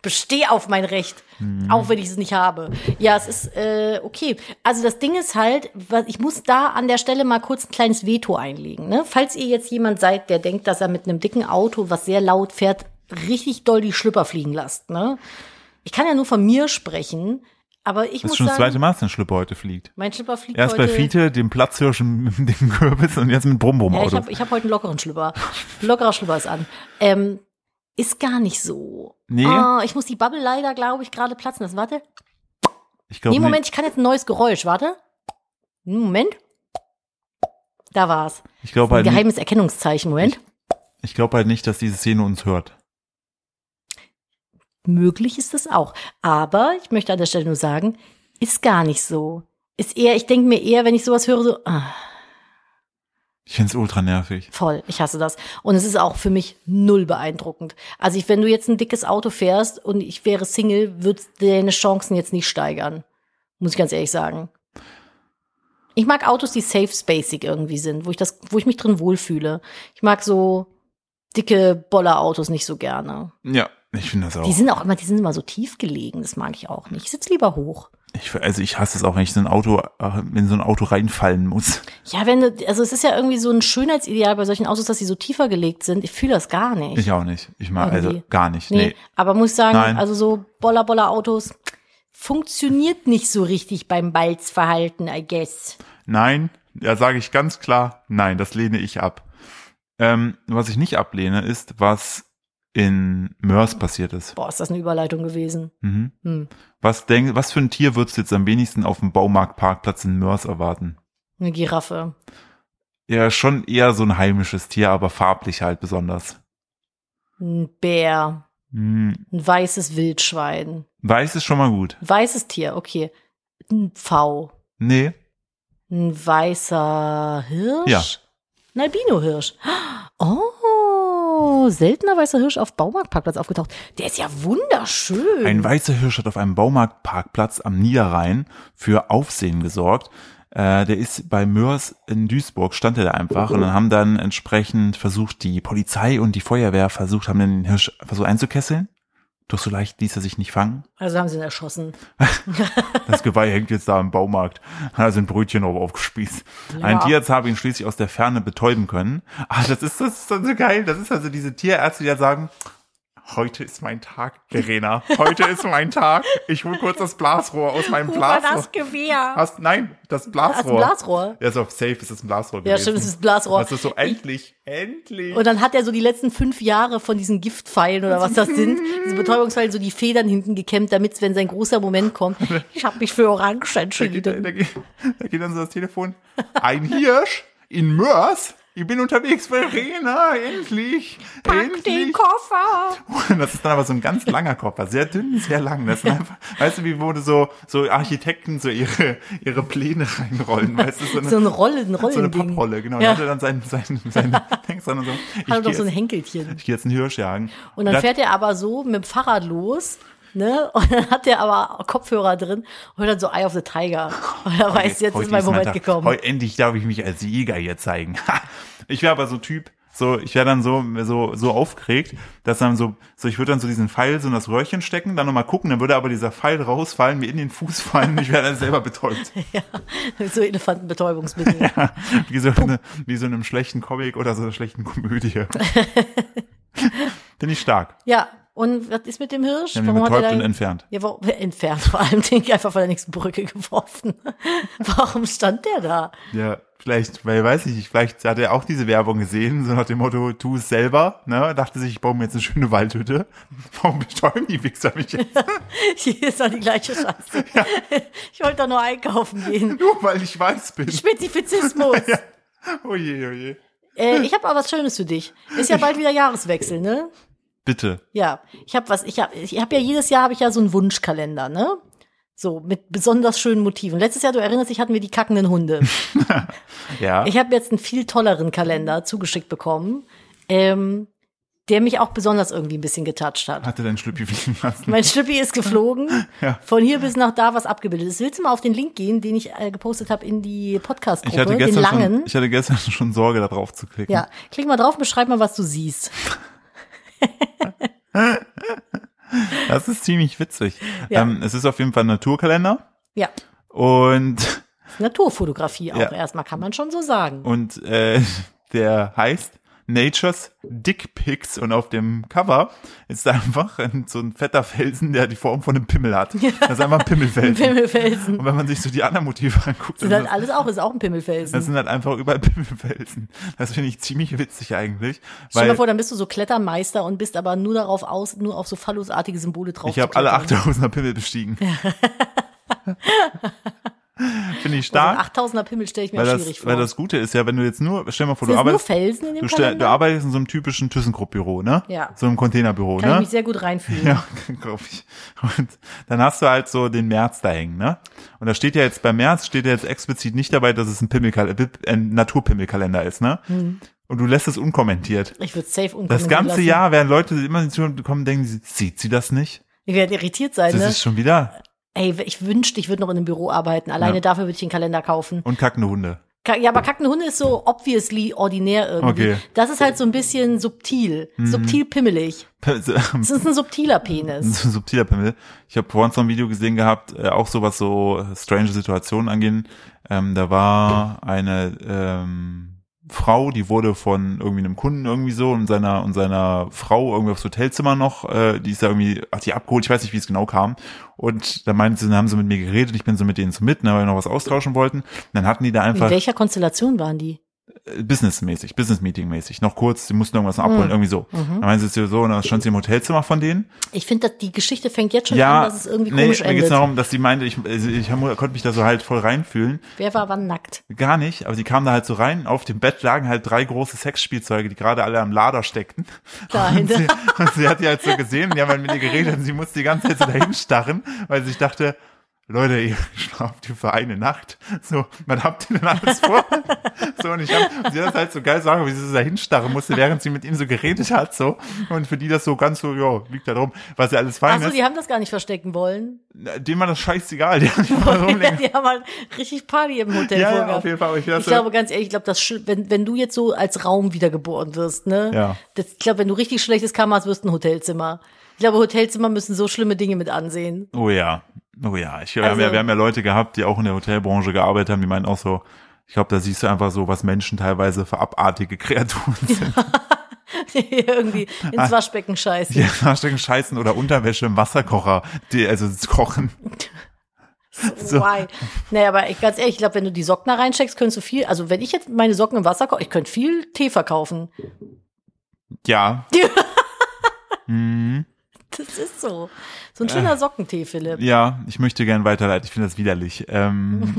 Besteh auf mein Recht, Mhm. auch wenn ich es nicht habe. Ja, es ist äh, okay. Also das Ding ist halt, was- ich muss da an der Stelle mal kurz ein kleines Veto einlegen. Ne? Falls ihr jetzt jemand seid, der denkt, dass er mit einem dicken Auto, was sehr laut fährt, richtig doll die Schlüpper fliegen lasst. Ne? Ich kann ja nur von mir sprechen, aber das ist ich muss schon das sagen, zweite Mal, dass ein Schlüpper heute fliegt. mein Schlüpper fliegt Erst heute. bei Fiete, dem Platzhirschen, dem Kürbis und jetzt mit Ja, ich Brumbrum-Auto. habe ich hab heute einen lockeren Schlüpper. Lockerer Schlüpper ist an. Ähm, ist gar nicht so. Nee. Ah, ich muss die Bubble leider, glaube ich, gerade platzen lassen. Warte. ich Nee, glaube, Moment, ich kann jetzt ein neues Geräusch. Warte. Hm, Moment. Da war's. ich glaube Ein halt, nicht- geheimes Erkennungszeichen. Moment. ich glaube halt nicht, dass diese Szene uns hört. Möglich ist das auch. Aber ich möchte an der Stelle nur sagen, ist gar nicht so. Ist eher, ich denke mir eher, wenn ich sowas höre, so, ah, Ich find's ultra nervig. Voll, ich hasse das. Und es ist auch für mich null beeindruckend. Also ich, wenn du jetzt ein dickes Auto fährst und ich wäre Single, würdest deine Chancen jetzt nicht steigern. Muss ich ganz ehrlich sagen. Ich mag Autos, die safe spacig irgendwie sind, wo ich das, wo ich mich drin wohlfühle. Ich mag so dicke Bollerautos nicht so gerne. Ja, ich finde das Die auch. sind auch immer, die sind immer so tief gelegen. Das mag ich auch nicht. Ich sitze lieber hoch. Ich, also ich hasse es auch, wenn ich so ein Auto, äh, in so ein Auto reinfallen muss. Ja, wenn du, also es ist ja irgendwie so ein Schönheitsideal bei solchen Autos, dass sie so tiefer gelegt sind. Ich fühle das gar nicht. Ich auch nicht. Ich mag also Irgendwie. gar nicht. nee. Nee. Aber muss sagen, Nein. also so Boller-Boller-Autos funktioniert nicht so richtig beim Balzverhalten, I guess. Nein, da sage ich ganz klar, nein, das lehne ich ab. Ähm, was ich nicht ablehne, ist, was in Mörs passiert ist. Boah, ist das eine Überleitung gewesen. Mhm. Hm. Was denk, was für ein Tier würdest du jetzt am wenigsten auf dem Baumarktparkplatz in Mörs erwarten? Eine Giraffe. Ja, schon eher so ein heimisches Tier, aber farblich halt besonders. Ein Bär. Hm. Ein weißes Wildschwein. Weiß ist schon mal gut. Ein weißes Tier, okay. Ein Pfau. Nee, Ein weißer Hirsch? Ja. Ein Albino-Hirsch. Oh, seltener weißer Hirsch auf Baumarktparkplatz aufgetaucht. Der ist ja wunderschön. Ein weißer Hirsch hat auf einem Baumarktparkplatz am Niederrhein für Aufsehen gesorgt. Äh, der ist bei Mörs in Duisburg, stand er da einfach und dann haben dann entsprechend versucht, die Polizei und die Feuerwehr versucht, haben den Hirsch versucht einzukesseln. Doch so leicht ließ er sich nicht fangen. also haben sie ihn erschossen. Das Geweih hängt jetzt da im Baumarkt. Hat er sein Brötchen oben aufgespießt. Ein Tierarzt habe ihn schließlich aus der Ferne betäuben können. Ah, das ist, das ist dann so geil. Das ist also diese Tierärzte, die dann sagen, heute ist mein Tag, Verena. Heute ist mein Tag. Ich hol kurz das Blasrohr aus meinem War Blasrohr. das Gewehr? Hast, nein, das Hast Blasrohr. ein Blasrohr? Ja, so auf safe ist es ein Blasrohr gewesen. Ja, stimmt, es ist ein Blasrohr. Das ist so endlich, endlich. Und dann hat er so die letzten fünf Jahre von diesen Giftpfeilen oder was das sind, diese Betäubungspfeile, so die Federn hinten gekämmt, damit, wenn sein großer Moment kommt, ich habe mich für Orange Da geht, da, entschieden. da, geht, da geht dann so das Telefon. Ein Hirsch in Mörs. Ich bin unterwegs, Verena, endlich. Pack den endlich. Koffer! Und das ist dann aber so ein ganz langer Koffer, sehr dünn, sehr lang. Das sind einfach, weißt du, wie wurde so, so Architekten so ihre, ihre Pläne reinrollen, weißt du, so eine, So ein Rollen, Rollen so eine Papprolle, genau. Ja. Und hatte dann seinen, seinen, seinen, Dings dran und so, ich Hat er geh doch so ein jetzt, Henkelchen. ich geh jetzt einen Hirsch jagen. Und dann das- fährt er aber so mit dem Fahrrad los, ne? Und dann hat er aber Kopfhörer drin und hört dann so Eye of the Tiger. Und er weiß, jetzt heute ist mein Moment Tag. gekommen. Heute, endlich darf ich mich als Jäger hier zeigen. Ha! ich wäre aber so Typ, so, ich wäre dann so, so, so aufgeregt, dass dann so, so, ich würde dann so diesen Pfeil so in das Röhrchen stecken, dann nochmal gucken, dann würde aber dieser Pfeil rausfallen, mir in den Fuß fallen und ich wäre dann selber betäubt. Ja, mit so Elefantenbetäubungsmittel. Wie so, eine, wie so in einem schlechten Comic oder so einer schlechten Komödie. Bin ich stark. Ja, und was ist mit dem Hirsch? Wir haben ihn betäubt und entfernt. ja, warum, entfernt vor allem, den einfach von der nächsten Brücke geworfen. Warum stand der da? Ja, vielleicht, weil weiß ich nicht, vielleicht hat er auch diese Werbung gesehen, so nach dem Motto, tu es selber, ne? Dachte sich, ich baue mir jetzt eine schöne Waldhütte. Warum bestäuben die Wichser mich jetzt? Hier ist doch die gleiche Scheiße. Ich wollte doch nur einkaufen gehen. Nur weil ich weiß bin. Oh Spezifizismus. Oje, oje. Äh, ich habe aber was Schönes für dich. Ist ja bald wieder Jahreswechsel, ne? Bitte. Ja, ich habe was, ich habe ich hab ja jedes Jahr habe ich ja so einen Wunschkalender, ne? So mit besonders schönen Motiven. Letztes Jahr, du erinnerst dich, hatten wir die kackenden Hunde. Ja. Ich habe jetzt einen viel tolleren Kalender zugeschickt bekommen, ähm, der mich auch besonders irgendwie ein bisschen getoucht hat. hatte dein Schlüppi fliegen lassen. Mein Schlippi ist geflogen, von hier bis nach da was abgebildet ist. Willst du mal auf den Link gehen, den ich äh, gepostet habe in die Ich hatte, Podcast-Gruppe, den gestern schon, langen? ich hatte gestern schon Sorge, da drauf zu klicken. Ja, klick mal drauf, beschreib mal, was du siehst. Das ist ziemlich witzig. Ja. Ähm, es ist auf jeden Fall ein Naturkalender Ja, und Naturfotografie auch Ja. erstmal, kann man schon so sagen. Und äh, der heißt Nature's Dick Pics und auf dem Cover ist einfach ein, so ein fetter Felsen, der die Form von einem Pimmel hat. Das ist einfach ein Pimmelfelsen. Pimmelfelsen. Und wenn man sich so die anderen Motive anguckt, Das dann ist halt das, alles auch, ist auch ein Pimmelfelsen. das sind halt einfach überall Pimmelfelsen. Das finde ich ziemlich witzig eigentlich, Stell dir mal weil vor, dann bist du so Klettermeister und bist aber nur darauf aus, nur auf so phallusartige Symbole drauf. ich zu habe alle klettern. 8000er Pimmel bestiegen. finde ich So stark. ein 8000er Also Pimmel stelle ich mir Weil schwierig das, vor. weil das Gute ist ja, wenn du jetzt nur, stell dir mal vor, Sind du es nur arbeitest, Felsen in dem du, stell, du Kalender? arbeitest in so einem typischen ThyssenKrupp-Büro, ne? Ja. So einem Containerbüro, Kann ne? ich mich sehr gut reinfühlen. Ja, glaube ich. Und dann hast du halt so den März da hängen, ne? Und da steht ja jetzt bei März steht ja jetzt explizit nicht dabei, dass es ein, Pimmelkal Pip- ein Naturpimmelkalender ist, ne? Und du lässt es unkommentiert. Ich würde safe unkommentiert Das ganze Hm. lassen. Jahr werden Leute die immer in die Zukunft kommen, denken, sie- sieht sie das nicht? Ich werde irritiert sein, Das ne? ist schon wieder. Ey, ich wünschte, ich würde noch in einem Büro arbeiten. Alleine Ja. dafür würde ich den Kalender kaufen. Und kackende Hunde. Ka- Ja, aber kackende Hunde ist so obviously ordinär irgendwie. Okay. Mhm. Das ist halt so ein bisschen subtil. Subtil pimmelig. Das ist ein subtiler ein Penis. subtiler Pimmel. Ich habe vorhin so ein Video gesehen gehabt, äh, auch so was so strange Situationen angehen. Ähm, da war eine ähm, Frau, die wurde von irgendwie einem Kunden irgendwie so und seiner und seiner Frau irgendwie aufs Hotelzimmer noch, äh, die ist da irgendwie, hat die abgeholt, ich weiß nicht, wie es genau kam. Und da meinten sie, dann haben sie mit mir geredet, ich bin so mit denen so mit, ne, weil wir noch was austauschen wollten. Und dann hatten die da In einfach welcher Konstellation waren die? äh, businessmäßig, Business-Meeting-mäßig, noch kurz, die mussten irgendwas noch abholen, Mhm. irgendwie so. Dann meinten sie so, und dann stand sie im Hotelzimmer von denen Ich finde, dass die Geschichte fängt jetzt schon halt an, dass es irgendwie nee, komisch mir geht's endet. darum, dass sie meinte, ich, also ich hab- konnte mich da so halt voll reinfühlen. Wer war wann nackt? Gar nicht, aber sie kam da halt so rein. Auf dem Bett lagen halt drei große Sexspielzeuge, die gerade alle am Lader steckten. Nein. Und sie, und sie hat die halt so gesehen, die haben halt mit ihr geredet und sie musste die ganze Zeit so dahin starren, weil sie sich dachte, Leute, ihr schlaft hier für eine Nacht. So, was habt ihr denn alles vor? So, und ich hab, und sie hat das halt so geil sagen, wie sie so da hinstarren musste, während sie mit ihm so geredet hat, so. Und für die das so ganz so, ja, liegt da drum, was ja alles fein Achso, ist. die haben das gar nicht verstecken wollen. Dem war das scheißegal, die hat nicht mal Ja, rumlegen. die haben halt richtig Party im Hotel Ja, ja, vorgehabt. auf jeden Fall. aber Ich, Ich glaube, ganz ehrlich, ich glaube, das, sch- wenn, wenn du jetzt so als Raum wiedergeboren wirst, ne? Ja. Das, ich glaube, wenn du richtig schlechtes Karma hast, wirst du ein Hotelzimmer. Ich glaube, Hotelzimmer müssen so schlimme Dinge mit ansehen. oh ja, oh ja. Ich, wir, haben Also- ja wir haben ja Leute gehabt, die auch in der Hotelbranche gearbeitet haben, die meinen auch so, ich glaube, da siehst du einfach so, was Menschen teilweise für abartige Kreaturen sind. Irgendwie ins Waschbecken scheißen. Die anstecken scheißen oder Unterwäsche im Wasserkocher, die, also das kochen. So. Why? Naja, aber ich, ganz ehrlich, ich glaube, wenn du die Socken da reinsteckst, könntest du viel, also wenn ich jetzt meine Socken im Wasser koche, ich könnte viel Tee verkaufen. Ja. mhm. Das ist so. So ein schöner Sockentee, Philipp. Äh. Ja, ich möchte gern weiterleiten. Ich finde das widerlich. Ähm,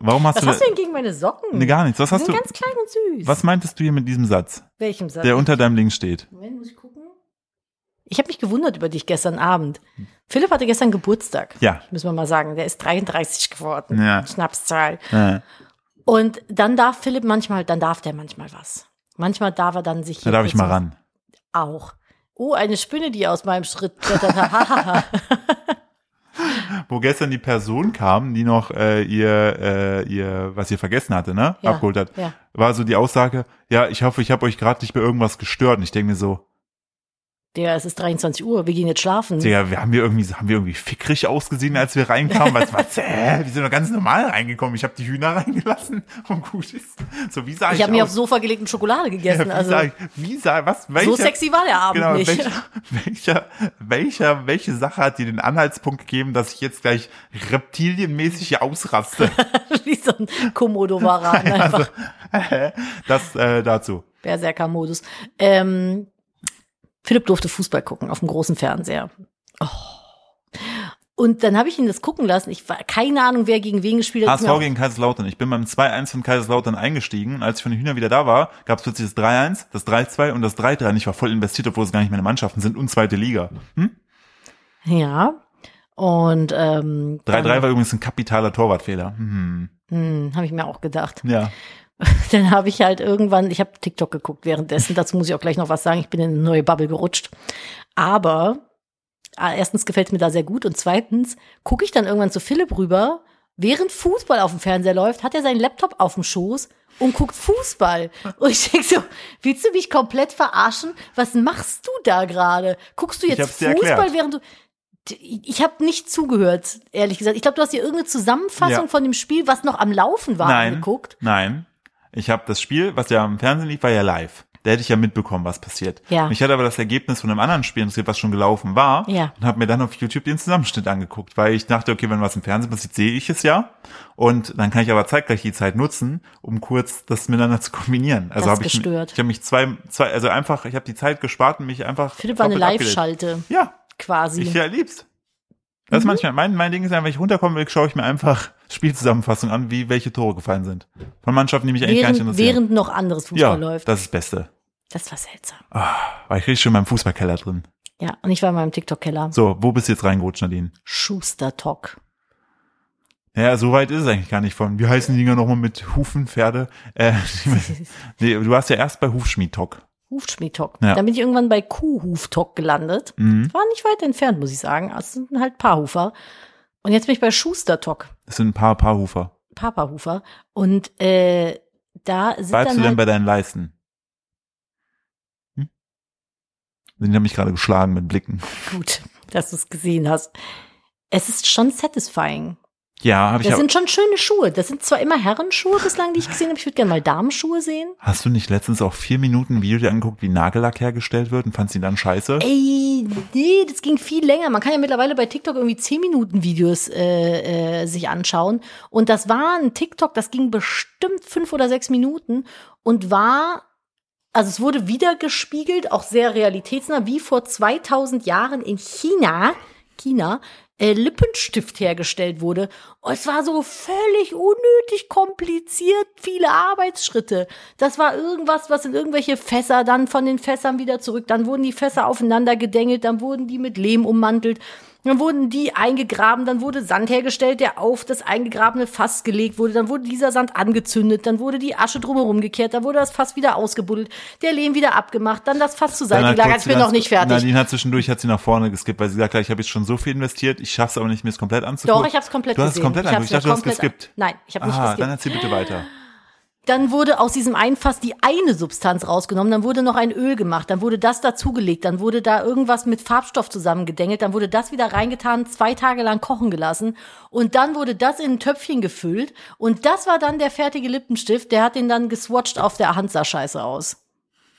warum hast Was du, hast du denn gegen meine Socken? Nee, gar nichts. Was Die hast sind du? ganz klein und süß. Äh, Was meintest du hier mit diesem Satz, Welchem Satz? der unter deinem Link steht? Moment, muss ich gucken? Ich habe mich gewundert über dich gestern Abend. Hm. Philipp hatte gestern Geburtstag. Ja. Müssen wir mal sagen, der ist 33 geworden. Ja. Schnapszahl. Äh. Und dann darf Philipp manchmal, dann darf der manchmal was. Manchmal darf er dann sich Da hier darf ich kurz mal was- ran. Auch. Oh, eine Spinne, die aus meinem Schritt klettert. Hahaha. wo gestern die Person kam, die noch äh, ihr, äh, ihr, was ihr vergessen hatte, ne? Ja, Abgeholt hat. ja. War so die Aussage, ja, ich hoffe, ich habe euch gerade nicht bei irgendwas gestört. Und ich denke mir so, Der, es ist 23 Uhr, wir gehen jetzt schlafen. Digga, wir haben wir irgendwie, haben wir irgendwie fickrig ausgesehen, als wir reinkamen. Was, was, hä? Wir sind doch ganz normal reingekommen. Ich habe die Hühner reingelassen und gut ist. So, wie sah ich, ich habe mir aus? aufs Sofa gelegt und Schokolade ja, gegessen. wie, also sah ich, wie sah, was, welcher, so sexy war der Abend genau, nicht. welcher, welcher, welcher, welche Sache hat dir den Anhaltspunkt gegeben, dass ich jetzt gleich reptilienmäßig hier ausraste? Wie so ein Komodo-Waran einfach. Das äh, dazu. Berserker-Modus. Ähm, Philipp durfte Fußball gucken auf dem großen Fernseher. Oh. Und dann habe ich ihn das gucken lassen. Ich war keine Ahnung, wer gegen wen gespielt hat. Ist HSV mir auch- gegen Kaiserslautern. Ich bin beim 2-1 von Kaiserslautern eingestiegen. Als ich von den Hühnern wieder da war, gab es plötzlich das 3-1, das 3-2 und das 3-3. Und ich war voll investiert, obwohl es gar nicht meine Mannschaften sind und zweite Liga. Hm? Ja. Und ähm, 3-3 war übrigens ein kapitaler Torwartfehler. Hm. habe ich mir auch gedacht. Ja. Dann habe ich halt irgendwann, ich habe TikTok geguckt währenddessen. Dazu muss ich auch gleich noch was sagen. Ich bin in eine neue Bubble gerutscht. Aber äh, erstens gefällt mir da sehr gut und zweitens gucke ich dann irgendwann zu Philipp rüber. Während Fußball auf dem Fernseher läuft, hat er seinen Laptop auf dem Schoß und guckt Fußball. Und ich denke so, willst du mich komplett verarschen? Was machst du da gerade? Guckst du Ich jetzt hab's dir Fußball, erklärt. während du... Ich habe nicht zugehört, ehrlich gesagt. Ich glaube, du hast dir irgendeine Zusammenfassung Ja. von dem Spiel, was noch am Laufen war, Nein. angeguckt. Nein. Ich habe das Spiel, was ja am Fernsehen lief, war ja live. Da hätte ich ja mitbekommen, was passiert. Ja. Mich hat aber das Ergebnis von einem anderen Spiel interessiert, was schon gelaufen war. Ja. Und habe mir dann auf YouTube den Zusammenschnitt angeguckt, weil ich dachte, okay, wenn was im Fernsehen passiert, sehe ich es ja. Und dann kann ich aber zeitgleich die Zeit nutzen, um kurz das miteinander zu kombinieren. Also Das habe ich, gestört. ich habe mich zwei, zwei, also einfach, ich habe die Zeit gespart und mich einfach. Philipp war eine doppelt abgelenkt. Live-Schalte Ja, quasi. ich ja liebst. Das Mhm. ist manchmal, mein, mein Ding ist einfach, wenn ich runterkommen will, schaue ich mir einfach Spielzusammenfassung an, wie welche Tore gefallen sind. Von Mannschaften, die mich eigentlich gar nicht während, interessieren. während noch anderes Fußball ja, läuft. das ist das Beste. Das war seltsam. War ich richtig schon in meinem Fußballkeller drin. Ja, und ich war in meinem TikTok-Keller. So, wo bist du jetzt reingerutscht, Nadine? Schuster-Talk. Ja, so weit ist es eigentlich gar nicht von. Wie heißen die Dinger nochmal mit Hufen, Pferde? Äh, nee, du warst ja erst bei Hufschmied-Talk. Hufschmied-Talk. Ja. Dann bin ich irgendwann bei Mhm. Kuhhuf-Talk gelandet. War nicht weit entfernt, muss ich sagen. Es sind halt Paarhufer. Und jetzt bin ich bei Schustertock, Das sind ein paar Paarhufer. Papahufer. Und äh, da Bleibst sind du dann denn halt, bei deinen Leisten? Hm? Die haben mich gerade geschlagen mit Blicken. gut, dass du es gesehen hast. Es ist schon satisfying. Ja, habe ich Das auch. sind schon schöne Schuhe. Das sind zwar immer Herrenschuhe bislang, die ich gesehen habe. Ich würde gerne mal Damenschuhe sehen. Hast du nicht letztens auch vier Minuten ein Video dir angeguckt, wie Nagellack hergestellt wird und fandst ihn dann scheiße? Ey, nee, das ging viel länger. Man kann ja mittlerweile bei TikTok irgendwie 10 Minuten Videos äh, äh, sich anschauen. Und das war ein TikTok, das ging bestimmt fünf oder sechs Minuten und war, also es wurde wieder gespiegelt, auch sehr realitätsnah, wie vor 2000 Jahren in China, China, äh, Lippenstift hergestellt wurde. Und es war so völlig unnötig kompliziert, viele Arbeitsschritte. Das war irgendwas, was in irgendwelche Fässer, dann von den Fässern wieder zurück, dann wurden die Fässer aufeinander gedengelt, dann wurden die mit Lehm ummantelt, dann wurden die eingegraben, dann wurde Sand hergestellt, der auf das eingegrabene Fass gelegt wurde, dann wurde dieser Sand angezündet, dann wurde die Asche drumherum gekehrt, dann wurde das Fass wieder ausgebuddelt, der Lehm wieder abgemacht, dann das Fass zur Seite Dann hat gelagert. kurz Ich bin Nadine- noch nicht fertig. Nadine hat zwischendurch hat sie nach vorne geskippt, weil sie sagt, ich habe jetzt schon so viel investiert, ich schaff's aber nicht, mir es komplett anzugucken. Doch, ich habe es komplett Du hast es gesehen. komplett ich angeguckt. Ich dachte, du hast komplett- geskippt. Nein, ich habe nicht Ah, geskippt. dann erzähl bitte weiter. Dann wurde aus diesem Einfass die eine Substanz rausgenommen, dann wurde noch ein Öl gemacht, dann wurde das dazugelegt, dann wurde da irgendwas mit Farbstoff zusammengedengelt, dann wurde das wieder reingetan, zwei Tage lang kochen gelassen und dann wurde das in ein Töpfchen gefüllt und das war dann der fertige Lippenstift, der hat den dann geswatcht auf der Hand sah scheiße aus.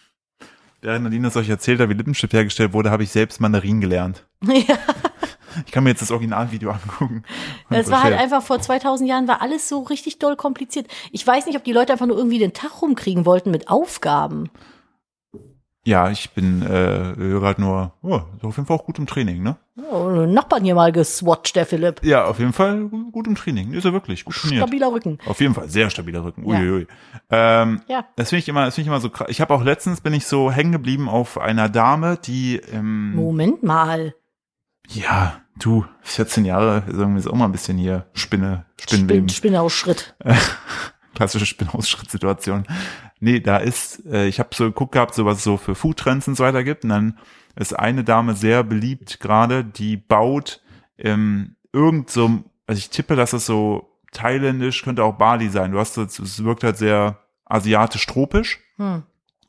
Während Nadine das euch erzählt hat, wie Lippenstift hergestellt wurde, habe ich selbst Mandarin gelernt. Ja, Ich kann mir jetzt das Originalvideo angucken. das war halt Hm, Verstehe. einfach vor 2000 Jahren war alles so richtig doll kompliziert. Ich weiß nicht, ob die Leute einfach nur irgendwie den Tag rumkriegen wollten mit Aufgaben. Ja, ich bin äh, gerade nur, oh, ist auf jeden Fall auch gut im Training, ne? Oh, Nachbarn hier mal geswatcht, der Philipp. Ja, auf jeden Fall gu- gut im Training. Ist er wirklich gut trainiert. Stabiler Rücken. Auf jeden Fall sehr stabiler Rücken. Ja. Uiuiui. Ähm, Ja. das finde ich immer, das finde ich immer so krass. Ich habe auch letztens bin ich so hängen geblieben auf einer Dame, die ähm, Moment mal. ja, du 14 Jahre ist irgendwie so immer ein bisschen hier Spinne, Spinnenleben. Spinn, Spinnausschritt. klassische Spinnausschrittsituation. Nee, da ist, äh, ich habe so geguckt gehabt, so was es so für Foodtrends und so weiter gibt. Und dann ist eine Dame sehr beliebt gerade, die baut ähm, irgend so, also ich tippe, dass es so thailändisch, könnte auch Bali sein. Du hast, das- es wirkt halt sehr asiatisch-tropisch. Hm.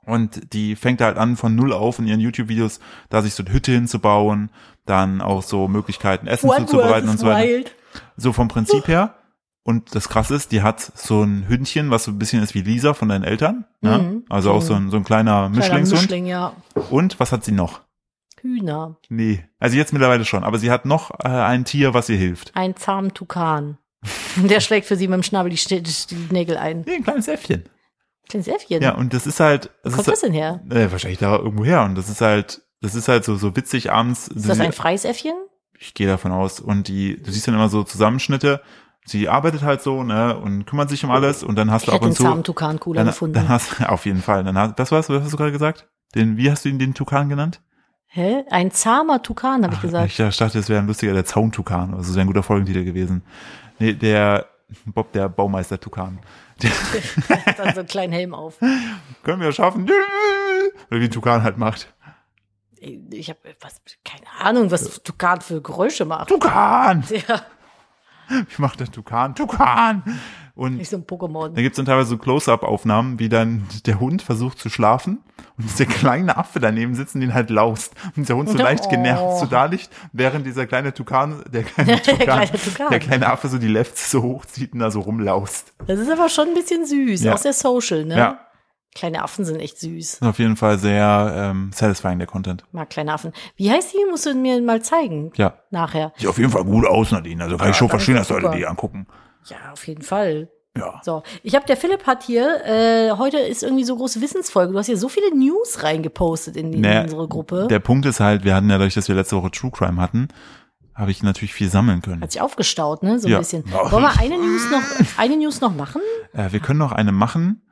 Und die fängt halt an von null auf in ihren YouTube-Videos, da sich so eine Hütte hinzubauen, dann auch so Möglichkeiten, Essen zuzubereiten und so weiter. So vom Prinzip her. Und das krasse ist, die hat so ein Hündchen, was so ein bisschen ist wie Lisa von deinen Eltern. Ne? Mhm. Also auch so ein, so ein kleiner Kleiner Mischlingshund. Mischling, ja. Und was hat sie noch? Hühner. Nee. Also jetzt mittlerweile schon. Aber sie hat noch äh, ein Tier, was ihr hilft. Ein zahmen Tukan. Der schlägt für sie mit dem Schnabel die, Schn- die Nägel ein. Nee, ein kleines Äffchen. Kleines Äffchen. Ja, und das ist halt. Wo Das kommt ist, das denn her? Äh, wahrscheinlich da irgendwo her. Und das ist halt, das ist halt so, so witzig abends. Ist das ein freies Äffchen? ich gehe davon aus. Und die, du siehst dann immer so Zusammenschnitte. Sie arbeitet halt so, ne, und kümmert sich um alles. Und dann hast Ich du ab hätte und den zu. zahmen Tukan cooler dann, gefunden. Dann hast, auf jeden Fall. Dann hast, das war's, was hast du gerade gesagt? Den, wie hast du ihn den Tukan genannt? Hä? Ein zahmer Tukan, habe ich Ach, gesagt. Ich dachte, es wäre ein lustiger, der Zaun-Tukan. Also wäre ein guter Folgentitel gewesen. Nee, der Bob, der Baumeister-Tukan. Hat dann so einen kleinen Helm auf. Können wir schaffen. Oder wie ein Tukan halt macht. Ich habe was, keine Ahnung, was Tukan für Geräusche macht. Tukan! Ja, Wie macht der Tukan? Tukan! Und nicht so ein Pokémon. Da gibt's dann teilweise so Close-Up-Aufnahmen, wie dann der Hund versucht zu schlafen und der kleine Affe daneben sitzt und ihn halt laust. Und der Hund so Oh. leicht genervt so da liegt, während dieser kleine Tukan, der kleine Der Tukan, der kleine kleine, Tukan. Affe so die Lefts so hochzieht und da so rumlaust. Das ist aber schon ein bisschen süß, Ja. auch sehr social, ne? Ja, Kleine Affen sind echt süß. ist auf jeden Fall sehr ähm, satisfying, der Content. Mag kleine Affen. Wie heißt die? Musst du mir mal zeigen. Ja. Nachher. Sieht auf jeden Fall gut aus, Nadine. Also kann ich schon dann verstehen, dass ist das Leute super. die angucken. Ja, auf jeden Fall. Ja. So, ich habe der Philipp hat hier äh, heute ist irgendwie so große Wissensfolge. Du hast hier so viele News reingepostet in, die, Nee, in unsere Gruppe. Der Punkt ist halt, wir hatten ja dadurch, dass wir letzte Woche True Crime hatten, habe ich natürlich viel sammeln können. hat sich aufgestaut, ne? So ein Ja. bisschen. Ja. Wollen wir eine News noch eine News noch machen? Äh, wir können noch eine machen,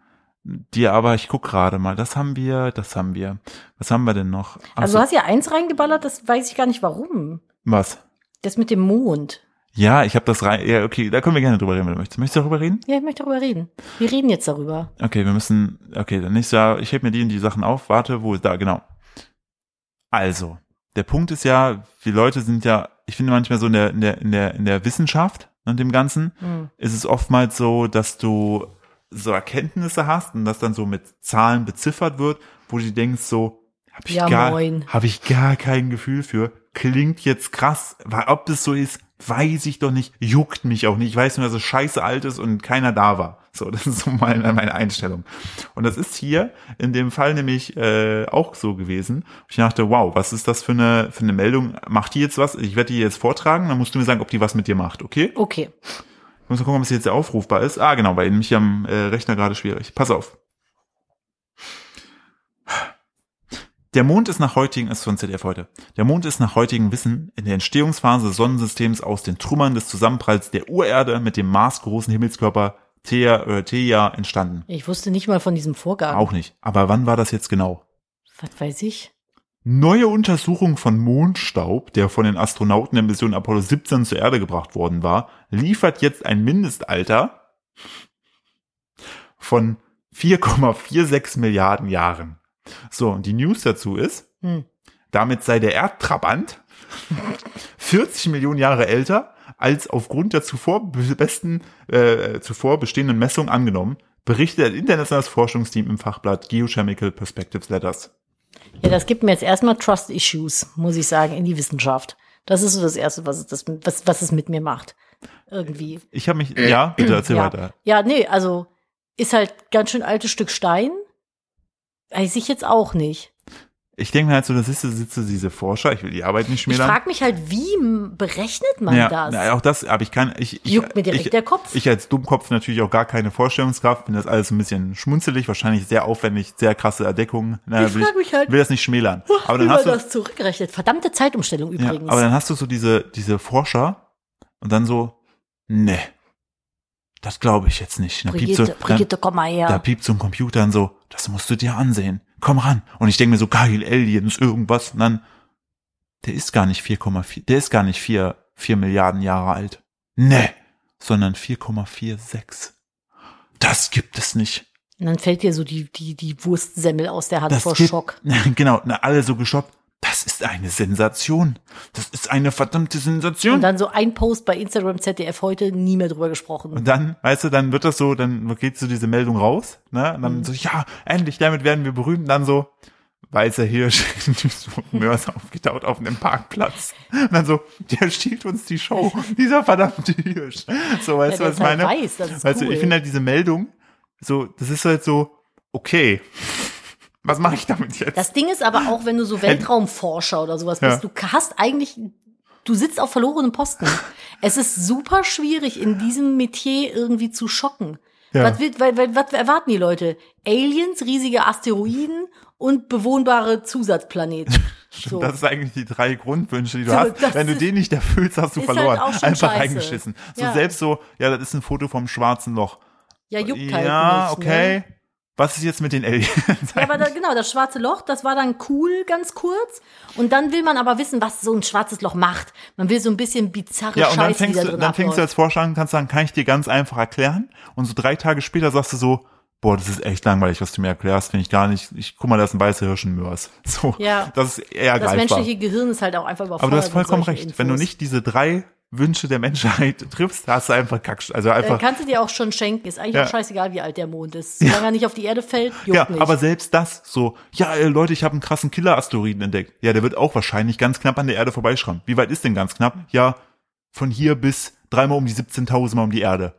die aber, ich guck gerade mal, das haben wir, das haben wir. Was haben wir denn noch? Ach Also so, du hast ja eins reingeballert, das weiß ich gar nicht warum. was? Das mit dem Mond. Ja, ich habe das rein. Ja, okay, da können wir gerne drüber reden, wenn du möchtest. Möchtest du darüber reden? Ja, ich möchte darüber reden. Wir reden jetzt darüber. Okay, wir müssen. Okay, dann nächstes Jahr, ich heb mir die und die Sachen auf. Warte, wo ist da? Genau. Also, der Punkt ist ja, die Leute sind ja ich finde manchmal so in der, in der, in der, in der Wissenschaft und dem Ganzen Hm. ist es oftmals so, dass du so Erkenntnisse hast und das dann so mit Zahlen beziffert wird, wo du dir denkst so, habe ich, Ja, gar, moin. hab ich gar kein Gefühl für. Klingt jetzt krass, weil ob das so ist, weiß ich doch nicht, juckt mich auch nicht. Ich weiß nur, dass es scheiße alt ist und keiner da war. So, das ist so meine, meine Einstellung. Und das ist hier in dem Fall nämlich äh, auch so gewesen. Ich dachte, wow, was ist das für eine, für eine Meldung? Macht die jetzt was? Ich werde die jetzt vortragen, dann musst du mir sagen, ob die was mit dir macht, okay? Okay. Ich muss mal gucken, ob es jetzt aufrufbar ist. Ah, genau, weil mich am äh, Rechner gerade schwierig. Pass auf. Der Mond ist nach heutigen, ist von ZDF heute. Der Mond ist nach heutigem Wissen in der Entstehungsphase des Sonnensystems aus den Trümmern des Zusammenpralls der Urerde mit dem maßgroßen Himmelskörper Thea, äh, Theia entstanden. Ich wusste nicht mal von diesem Vorgang. Auch nicht. Aber wann war das jetzt genau? Was weiß ich? Neue Untersuchung von Mondstaub, der von den Astronauten der Mission Apollo 17 zur Erde gebracht worden war, liefert jetzt ein Mindestalter von 4,46 Milliarden Jahren. So, und die News dazu ist, Hm. damit sei der Erdtrabant 40 Millionen Jahre älter als aufgrund der zuvor be- besten, äh, zuvor bestehenden Messung angenommen, berichtet ein internationales Forschungsteam im Fachblatt Geochemical Perspectives Letters. Ja, das gibt mir jetzt erstmal Trust Issues, muss ich sagen, in die Wissenschaft. Das ist so das Erste, was es, das, was, was es mit mir macht. Irgendwie. Ich habe mich, ja, bitte erzähl ja. weiter. Ja, nee, also ist halt ganz schön altes Stück Stein. Weiß ich jetzt auch nicht. Ich denke mir halt so, das ist sitze diese Forscher, ich will die Arbeit nicht Ich schmälern. frage mich halt, wie m- berechnet man ja, das? na, auch das, aber ich kann, ich, ich, Juckt mir direkt ich, der Kopf. ich als Dummkopf natürlich auch gar keine Vorstellungskraft, finde das alles ein bisschen schmunzelig, wahrscheinlich sehr aufwendig, sehr krasse Erdeckungen. Na, Ich will frag mich halt, will das nicht schmälern. Aber wie dann man hast du, das zurückgerechnet? Verdammte Zeitumstellung ja, übrigens. aber dann hast du so diese, diese Forscher und dann so, ne, das glaube ich jetzt nicht. Dann piepst Brigitte, so, dann, Brigitte, komm mal her. Da piept so ein Computer und so, das musst du dir ansehen. Komm ran. Und ich denke mir so, geil, Aliens, irgendwas. Und dann, der ist gar nicht 4,4, der ist gar nicht 4, 4 Milliarden Jahre alt. Nee, sondern 4,46. Das gibt es nicht. Und dann fällt dir so die, die, die Wurstsemmel aus der Hand Das vor gibt, Schock. Genau, na, alle so geschockt. Das ist eine Sensation. Das ist eine verdammte Sensation. Und dann so ein Post bei Instagram ZDF heute, nie mehr drüber gesprochen. Und dann, weißt du, dann wird das so, dann geht so diese Meldung raus, ne? Und dann Mhm. so, ja, endlich, damit werden wir berühmt. Und dann so, weißer Hirsch in Mörs aufgetaucht auf einem Parkplatz. Und dann so, der stiehlt uns die Show, dieser verdammte Hirsch. So, weißt du, Ja, was der ist ich halt meine? weiß, das ist weißt du, cool. ich finde halt diese Meldung, so, das ist halt so, okay, was mache ich damit jetzt? Das Ding ist aber auch, wenn du so Weltraumforscher oder sowas bist, Ja. du hast eigentlich, du sitzt auf verlorenen Posten. es ist super schwierig, in diesem Metier irgendwie zu schocken. Ja. Was, wird, weil, weil, was erwarten die Leute? Aliens, riesige Asteroiden und bewohnbare Zusatzplaneten. so. Das ist eigentlich die drei Grundwünsche, die du So, das hast. Wenn du ist- den nicht erfüllst, hast du ist halt verloren. auch schon Einfach scheiße. reingeschissen. So Ja. selbst so, ja, das ist ein Foto vom schwarzen Loch. ja, juckt halt Ja, nicht, okay. Ne? Was ist jetzt mit den Aliens? Ja, aber da, genau, das schwarze Loch, das war dann cool, ganz kurz. Und dann will man aber wissen, was so ein schwarzes Loch macht. Man will so ein bisschen bizarre Ja, und dann Scheiße, die fängst, da du, drin dann fängst du abläuft. als Forscher an und kannst sagen, kann ich dir ganz einfach erklären? Und so drei Tage später sagst du so, boah, das ist echt langweilig, was du mir erklärst, finde ich gar nicht. Ich guck mal, das ist ein weißer Hirschenmörs. So, Ja. das ist eher Das greifbar. menschliche Gehirn ist halt auch einfach überfordert. Aber du hast mit vollkommen solchen recht. Wenn du Infos. nicht diese drei Wünsche der Menschheit triffst, hast du einfach Kack. Also einfach. Dann Äh, kannst du dir auch schon schenken. Ist eigentlich Ja. auch scheißegal, wie alt der Mond ist. Solange er nicht auf die Erde fällt, juckt ja, nicht. aber selbst das so, ja, äh, Leute, ich habe einen krassen Killer-Asteroiden entdeckt. Ja, der wird auch wahrscheinlich ganz knapp an der Erde vorbeischrammen. Wie weit ist denn ganz knapp? Ja, von hier bis dreimal um die 17.000 Mal um die Erde.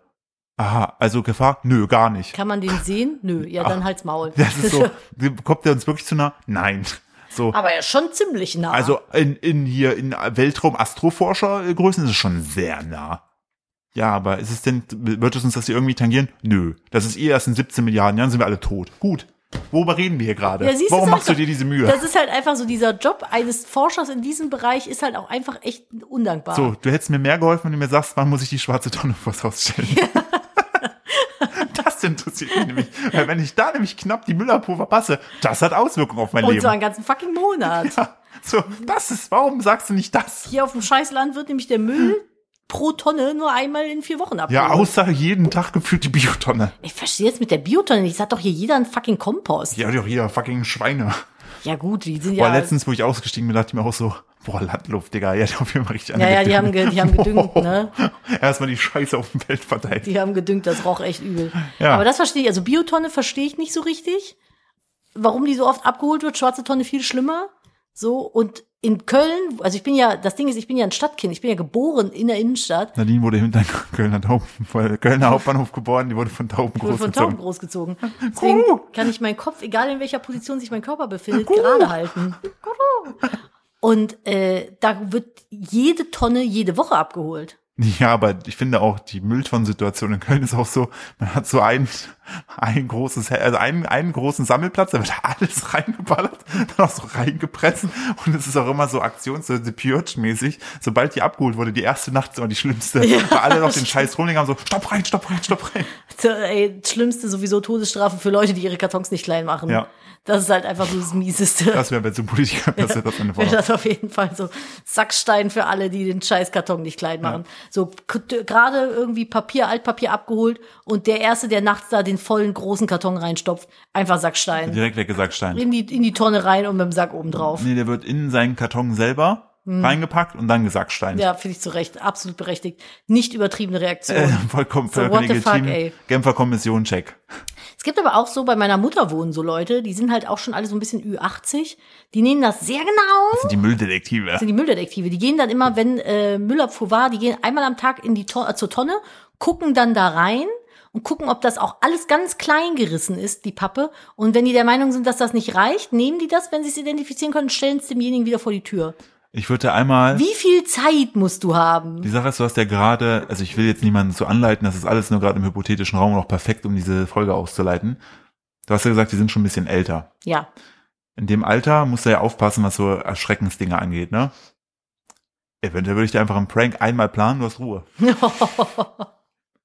Aha, also Gefahr? Nö, gar nicht. Kann man den sehen? Nö, ja, dann halt's Maul. Das ist so, kommt der uns wirklich zu nah? Nein. So, aber er ist schon ziemlich nah. also in, in hier, in Weltraum-Astroforscher-Größen ist es schon sehr nah. Ja, aber ist es denn, wird es uns das hier irgendwie tangieren? Nö. Das ist eh erst in 17 Milliarden Jahren sind wir alle tot. Gut. Worüber reden wir hier gerade? Ja, siehst du, Warum sag machst du doch. dir diese Mühe? das ist halt einfach so, dieser Job eines Forschers in diesem Bereich ist halt auch einfach echt undankbar. So, du hättest mir mehr geholfen, wenn du mir sagst, wann muss ich die schwarze Tonne vors Haus stellen. das interessiert mich nämlich. Weil wenn ich da nämlich knapp die Müllabfuhr verpasse, das hat Auswirkungen auf mein Und Leben. so einen ganzen fucking Monat. ja, so, das ist, warum sagst du nicht das? Hier auf dem Scheißland wird nämlich der Müll pro Tonne nur einmal in vier Wochen abgeholt. Ja, außer jeden Tag gefühlt die Biotonne. Ich verstehe jetzt mit der Biotonne nicht. Das hat doch hier jeder einen fucking Kompost. Ja, Ja, doch, jeder fucking Schweine. gut, die sind Boah, ja... letztens, wo ich ausgestiegen bin, dachte ich mir auch so, Boah, Landluft, Digga. Ja, dafür mache ich Ja, ja, die haben, ge- die haben gedüngt, ne? Erstmal die Scheiße auf dem Feld verteilt. Die haben gedüngt, das roch echt übel. Ja. Aber das verstehe ich, also Biotonne verstehe ich nicht so richtig. Warum die so oft abgeholt wird, schwarze Tonne viel schlimmer. So, und in Köln, also ich bin ja, das Ding ist, ich bin ja ein Stadtkind, ich bin ja geboren in der Innenstadt. Nadine wurde hinter Kölner, Tauben, Kölner Hauptbahnhof geboren, die wurde von Tauben Ich wurde von Tauben großgezogen. großgezogen. Deswegen Kuh. kann ich meinen Kopf, egal in welcher Position sich mein Körper befindet, gerade halten. Und äh, da wird jede Tonne jede Woche abgeholt. Ja, aber ich finde auch, die Mülltonnensituation in Köln ist auch so, man hat so ein, ein großes, also einen, einen großen Sammelplatz, da wird alles reingeballert, dann auch so reingepresst und es ist auch immer so Aktions-, so The Purge-mäßig. Sobald die abgeholt wurde, die erste Nacht ist immer die schlimmste, weil alle noch den scheiß Rolling haben, so, stopp rein, stopp rein, stopp rein. So, Ey, das Schlimmste sowieso Todesstrafe für Leute, die ihre Kartons nicht klein machen. Ja. Das ist halt einfach so das Mieseste. Das wäre, wenn es ein Politiker passiert, das eine Wäre Frage. das auf jeden Fall so Sackstein für alle, die den Scheißkarton nicht klein machen. So k- d- gerade irgendwie Papier, Altpapier abgeholt und der Erste, der nachts da den vollen großen Karton reinstopft, einfach Sackstein. Direkt weggesagt, Stein. In die, in die Tonne rein und mit dem Sack oben drauf. Nee, der wird in seinen Karton selber reingepackt und dann gesacksteint. Hm. Ja, finde ich zu Recht. Absolut berechtigt. Nicht übertriebene Reaktion. Äh, vollkommen, So, vollkommen what the fuck, legitim. ey. Genfer Kommission, check. Es gibt aber auch so, bei meiner Mutter wohnen so Leute, die sind halt auch schon alle so ein bisschen Ü80. Die nehmen das sehr genau. Das sind die Mülldetektive. Das sind die Mülldetektive. Die gehen dann immer, wenn äh, Müllabfuhr war, die gehen einmal am Tag in die Ton äh, zur Tonne, gucken dann da rein und gucken, ob das auch alles ganz klein gerissen ist, die Pappe. Und wenn die der Meinung sind, dass das nicht reicht, nehmen die das, wenn sie es identifizieren können, stellen es demjenigen wieder vor die Tür. Ich würde einmal, Wie viel Zeit musst du haben? die Sache ist, du hast ja gerade, also ich will jetzt niemanden zu anleiten, das ist alles nur gerade im hypothetischen Raum noch perfekt, um diese Folge auszuleiten. Du hast ja gesagt, die sind schon ein bisschen älter. Ja. In dem Alter musst du ja aufpassen, was so Erschreckensdinge angeht, ne? Eventuell würde ich dir einfach einen Prank einmal planen, du hast Ruhe.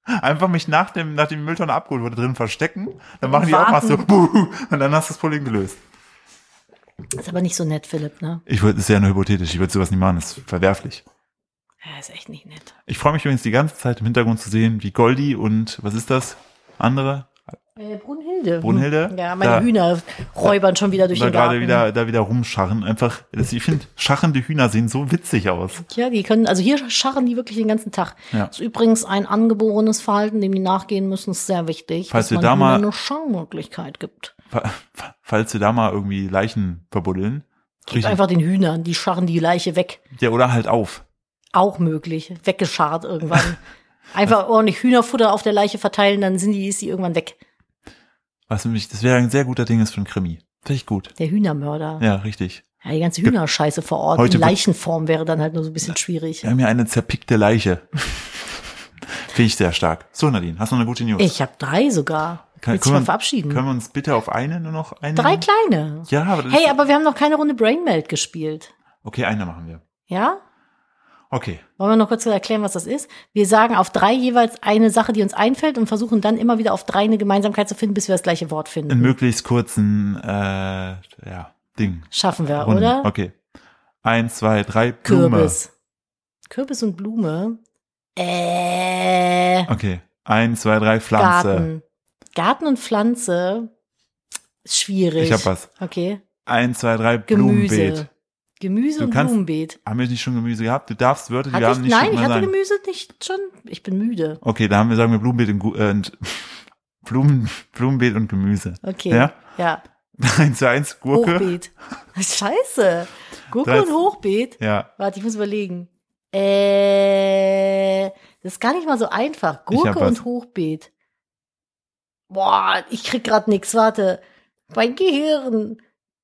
Einfach mich nach dem, nachdem die Mülltonne abgeholt wurde, drin verstecken, dann machen die auch mal so, buh, und dann hast du das Problem gelöst. Ist aber nicht so nett, Philipp, ne? Ich würde, ist ja nur hypothetisch, ich würde sowas nicht machen, das ist verwerflich. Ja, ist echt nicht nett. Ich freue mich übrigens die ganze Zeit im Hintergrund zu sehen, wie Goldi und, was ist das? Andere? Äh, Brunhilde. Brunhilde? Ja, meine Da- Hühner räubern schon wieder durch da den Garten. gerade wieder, da wieder rumscharren. Einfach, das, ich finde, scharrende Hühner sehen so witzig aus. Ja, die können, also hier scharren die wirklich den ganzen Tag. Ja. Das ist übrigens ein angeborenes Verhalten, dem die nachgehen müssen, ist sehr wichtig, Falls dass wir man da ihnen mal- eine Schaumöglichkeit gibt. Fa- fa- Falls wir da mal irgendwie Leichen verbuddeln. Gibt einfach den Hühnern, die scharren die Leiche weg. ja, oder halt auf. Auch möglich. Weggescharrt irgendwann. Einfach ordentlich Hühnerfutter auf der Leiche verteilen, dann sind die, ist die irgendwann weg. Was nämlich, das wäre ein sehr guter Ding ist für ein Krimi. Finde ich gut. Der Hühnermörder. Ja, Ja, richtig. die ganze Hühnerscheiße vor Ort. Heute in wird- Leichenform wäre dann halt nur so ein bisschen schwierig. Wir haben hier eine zerpickte Leiche. Finde ich sehr stark. So, Nadine, hast du noch eine gute News? Ich habe drei sogar. Kann- Willst du dich mal können, wir, verabschieden? können wir uns bitte auf eine nur noch eine? drei kleine. Ja, aber das Hey, ist, aber wir haben noch keine Runde Brainmeld gespielt. okay, eine machen wir. Ja? Okay. Wollen wir noch kurz erklären, was das ist? Wir sagen auf drei jeweils eine Sache, die uns einfällt und versuchen dann immer wieder auf drei eine Gemeinsamkeit zu finden, bis wir das gleiche Wort In finden. möglichst kurzen, äh, ja, Ding. Schaffen wir, Runden. oder? Okay. Eins, zwei, drei, Blume. Kürbis. Kürbis und Blume. Äh, Okay. Eins, zwei, drei, Pflanze. Garten. Garten und Pflanze. Ist Schwierig. Ich hab was. Okay. Eins, zwei, drei, Gemüse. Blumenbeet. Gemüse Du und kannst- Blumenbeet. Haben wir nicht schon Gemüse gehabt? Du darfst Wörter, die wir Hatte ich, haben, nicht nein, schon ich mal hatte sagen. Gemüse nicht schon. Ich bin müde. Okay, da haben wir, sagen wir Blumenbeet und, Gu- äh, und Blumen, Blumenbeet und Gemüse. Okay. Ja? ja. Eins zu eins, Gurke. Hochbeet. Scheiße. Gurke Drei- und Hochbeet. Ja. Warte, ich muss überlegen. Äh, das ist gar nicht mal so einfach. Ich hab Gurke und was. Hochbeet. Boah, ich krieg grad nix. Warte. Mein Gehirn.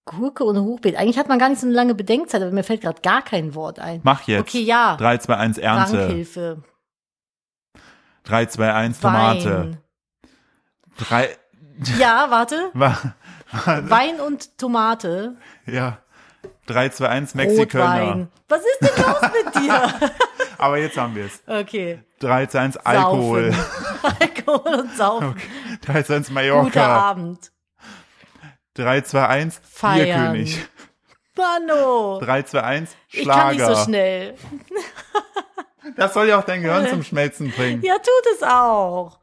Gurke und Hochbeet. Eigentlich hat man gar nicht so eine lange Bedenkzeit, aber mir fällt gerade gar kein Wort ein. Mach jetzt. Okay, ja. Drei, zwei, eins, Ernte. Rankhilfe. Drei, zwei, eins, Tomate. Wein. Drei, Ja, warte. wa- Wein und Tomate. ja. Drei, zwei, eins, Mexikaner. Rotwein. Was ist denn los mit dir? Aber jetzt haben wir es. Okay. 3 zu 1 Alkohol. Saufen. Alkohol und Saufen. 3 zu 1 Guter Mallorca. Abend. 3 zu 1 Feiern. Bierkönig. Mano. 3 zu 1 Ich kann Schlager. nicht so schnell. Das soll ja auch dein Gehirn zum Schmelzen bringen. Ja, tut es auch.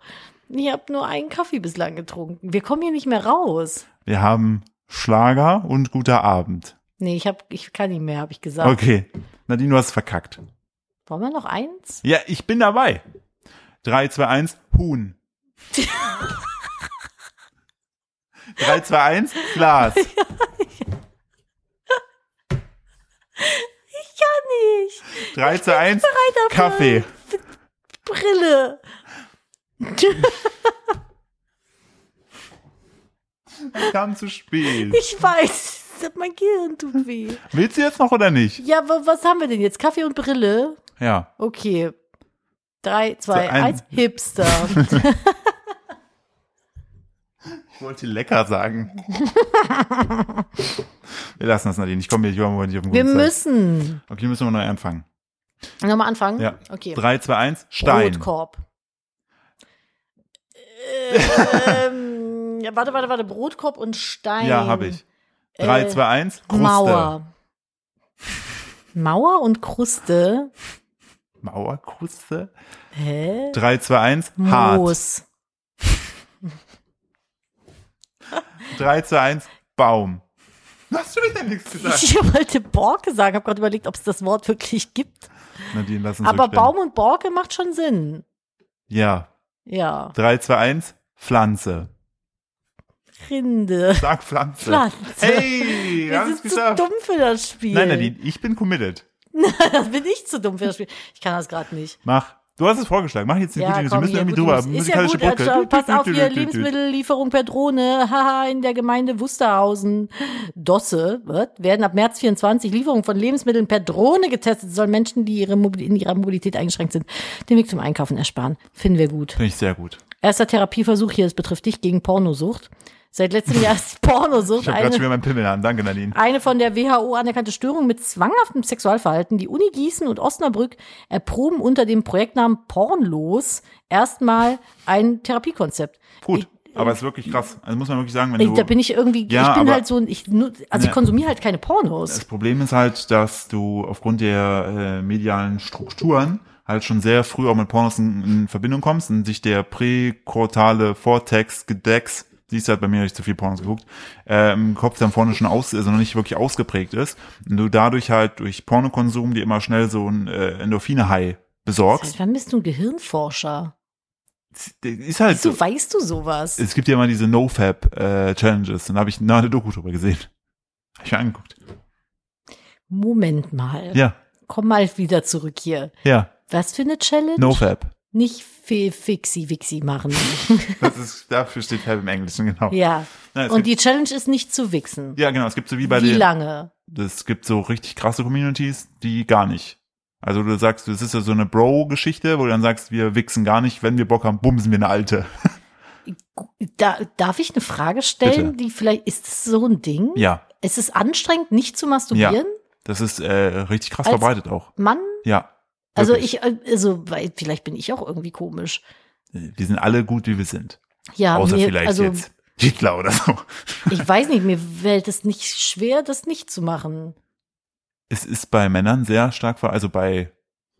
Ich habe nur einen Kaffee bislang getrunken. Wir kommen hier nicht mehr raus. Wir haben Schlager und guter Abend. Nee, ich, hab, ich kann nicht mehr, habe ich gesagt. Okay. Nadine, du hast verkackt. Wollen wir noch eins? Ja, ich bin dabei. 3, 2, 1, Huhn. 3, 2, 1, Glas. Kann ich. 3, 2, 1, dafür. Kaffee. Brille. Das kam zu spät. Ich weiß, das- mein Gehirn tut weh. Willst du jetzt noch oder nicht? Ja, wa- was haben wir denn jetzt? Kaffee und Brille? Ja. Okay. Drei, zwei, eins. eins. Hipster. Ich wollte lecker sagen. Wir lassen das, Nadine. Ich komme hier überhaupt nicht auf den Wir guten Zweig. müssen. Okay, müssen wir neu anfangen. Nochmal anfangen? Ja. Okay. 3, 2, 1, Stein. Brotkorb. ähm, ja, warte, warte, warte. Brotkorb und Stein. Ja, habe ich. 3, Äh, 2, 1, Kruste. Mauer. Mauer und Kruste. Mauer, Kruste. Hä? 3, 2, 1, Hart. Moos. 3, 2, 1, Baum. Hast du wieder nichts gesagt? Ich wollte Borke sagen, habe gerade überlegt, ob es das Wort wirklich gibt. Nadine, lass uns Aber rückstellen. Baum und Borke macht schon Sinn. Ja. Ja. 3, 2, 1, Pflanze. Rinde. Sag Pflanze. Pflanze. Hey, wir Wir haben es sind zu geschafft. dumm für das Spiel. Nein, Nadine, ich bin committed. Das bin ich zu dumm für das Spiel. Ich kann das gerade nicht. Mach. Du hast es vorgeschlagen. Mach jetzt eine gute Idee. Wir müssen hier, irgendwie gute drüber. News. Ist ja Musikalische gut, Brücke. Edgar, pass auf hier, Düt, düt, düt, düt. Lebensmittellieferung per Drohne, haha, in der Gemeinde Wusterhausen, Dosse, wird, werden ab März 24 Lieferungen von Lebensmitteln per Drohne getestet, sollen Menschen, die ihre Mobil in ihrer Mobilität eingeschränkt sind, den Weg zum Einkaufen ersparen. Finden wir gut. Finde ich sehr gut. Erster Therapieversuch hier, es betrifft dich gegen Pornosucht. Seit letztem Jahr ist Pornosucht Ich habe gerade schon eine, wieder meinen Pimmel an. Danke, Nadine. eine von der WHO anerkannte Störung mit zwanghaftem Sexualverhalten. Die Uni Gießen und Osnabrück erproben unter dem Projektnamen Pornlos erstmal ein Therapiekonzept. Gut. Aber es ist wirklich krass. Also muss man wirklich sagen, wenn Ich, du. da bin ich irgendwie, Ja, ich bin aber- halt so, ein- ich, nu- also Ja. ich konsumiere halt keine Pornos. Das Problem ist halt, dass du aufgrund der äh, medialen Strukturen halt schon sehr früh auch mit Pornos in, in Verbindung kommst und sich der präkortale Vortex, Gedex, siehst du halt bei mir, hab ich zu viel Pornos geguckt, äh, im Kopf dann vorne schon aus, also noch nicht wirklich ausgeprägt ist und du dadurch halt durch Pornokonsum dir immer schnell so ein äh, Endorphine-High besorgst. Wann bist du ein Gehirnforscher? Ist halt so. Wieso weißt du sowas? Es gibt ja immer diese No-Fab-Challenges und da habe ich na, eine Doku drüber gesehen. Hab ich mir angeguckt. Moment mal. Ja, Komm mal wieder zurück hier. ja, Was für eine Challenge? No-Fab. Nicht fi- fixi wixi machen. Das ist, dafür steht Fab im Englischen, genau. ja. Nein, es Und gibt, die Challenge ist nicht zu wichsen. ja, genau, es gibt so wie bei Wie den, lange? es gibt so richtig krasse Communities, die gar nicht. Also du sagst, das ist ja so eine Bro-Geschichte, wo du dann sagst, wir wichsen gar nicht, wenn wir Bock haben, bumsen wir eine alte. Da, darf ich eine Frage stellen, Bitte. die vielleicht, ist es so ein Ding? Ja, Ist es anstrengend, nicht zu masturbieren? das ist äh, richtig krass Als- verbreitet auch. Mann? Ja. Also wirklich. ich, äh, also, weil, vielleicht bin ich auch irgendwie komisch. Wir sind alle gut, wie wir sind. Ja, Außer mir, vielleicht also, jetzt Hitler oder so. ich weiß nicht, mir fällt es nicht schwer, das nicht zu machen. Es ist bei Männern sehr stark, ver- also bei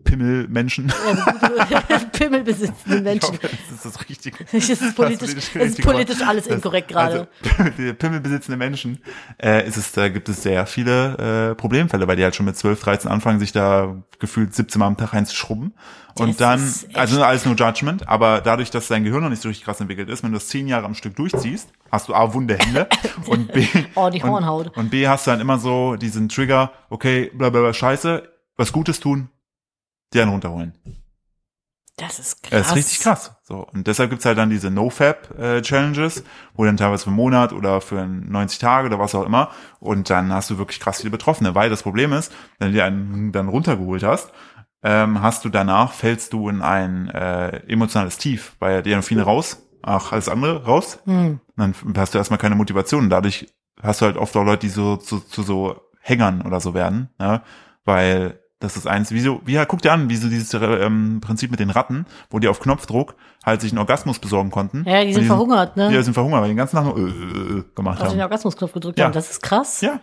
Pimmelmenschen. Also, gute Pimmelbesitzende Menschen. Ich hoffe, das ist das Richtige. Es ist politisch, Das ist es ist politisch alles Das- inkorrekt gerade. Also, die pimmelbesitzende Menschen, äh, ist es, da gibt es sehr viele äh, Problemfälle, weil die halt schon mit 12, 13 anfangen, sich da gefühlt 17 Mal am Tag einzuschrubben. Und Das dann, ist echt- also alles nur Judgment, aber dadurch, dass dein Gehirn noch nicht so richtig krass entwickelt ist, wenn du das 10 Jahre am Stück durchziehst, hast du A, wunde Hände und B, Oh, die und, Hornhaut. und B, hast du dann immer so diesen Trigger, okay, bla bla bla, scheiße, was Gutes tun, dir einen runterholen. Das ist krass. Ja, Äh, ist richtig krass. So. Und deshalb gibt's halt dann diese No-Fab-Challenges, wo dann teilweise für einen Monat oder für 90 Tage oder was auch immer. Und dann hast du wirklich krass viele Betroffene, weil das Problem ist, wenn du dir einen dann runtergeholt hast, ähm, hast du danach, fällst du in ein äh, emotionales Tief, weil die Endorphine raus, ach, alles andere raus. Hm. Und dann hast du erstmal keine Motivation. Und Dadurch hast du halt oft auch Leute, die so zu, zu so Hängern oder so werden, ne? Weil das ist eins, wieso, wie, guck dir an, wie so dieses äh, ähm, Prinzip mit den Ratten, wo die auf Knopfdruck halt sich einen Orgasmus besorgen konnten. Ja, die sind Und verhungert, ne? Also Ja, die sind verhungert, weil die den ganzen Tag nur äh, äh, äh, gemacht Auf den haben. Orgasmusknopf gedrückt Ja. haben. Das ist krass. Ja,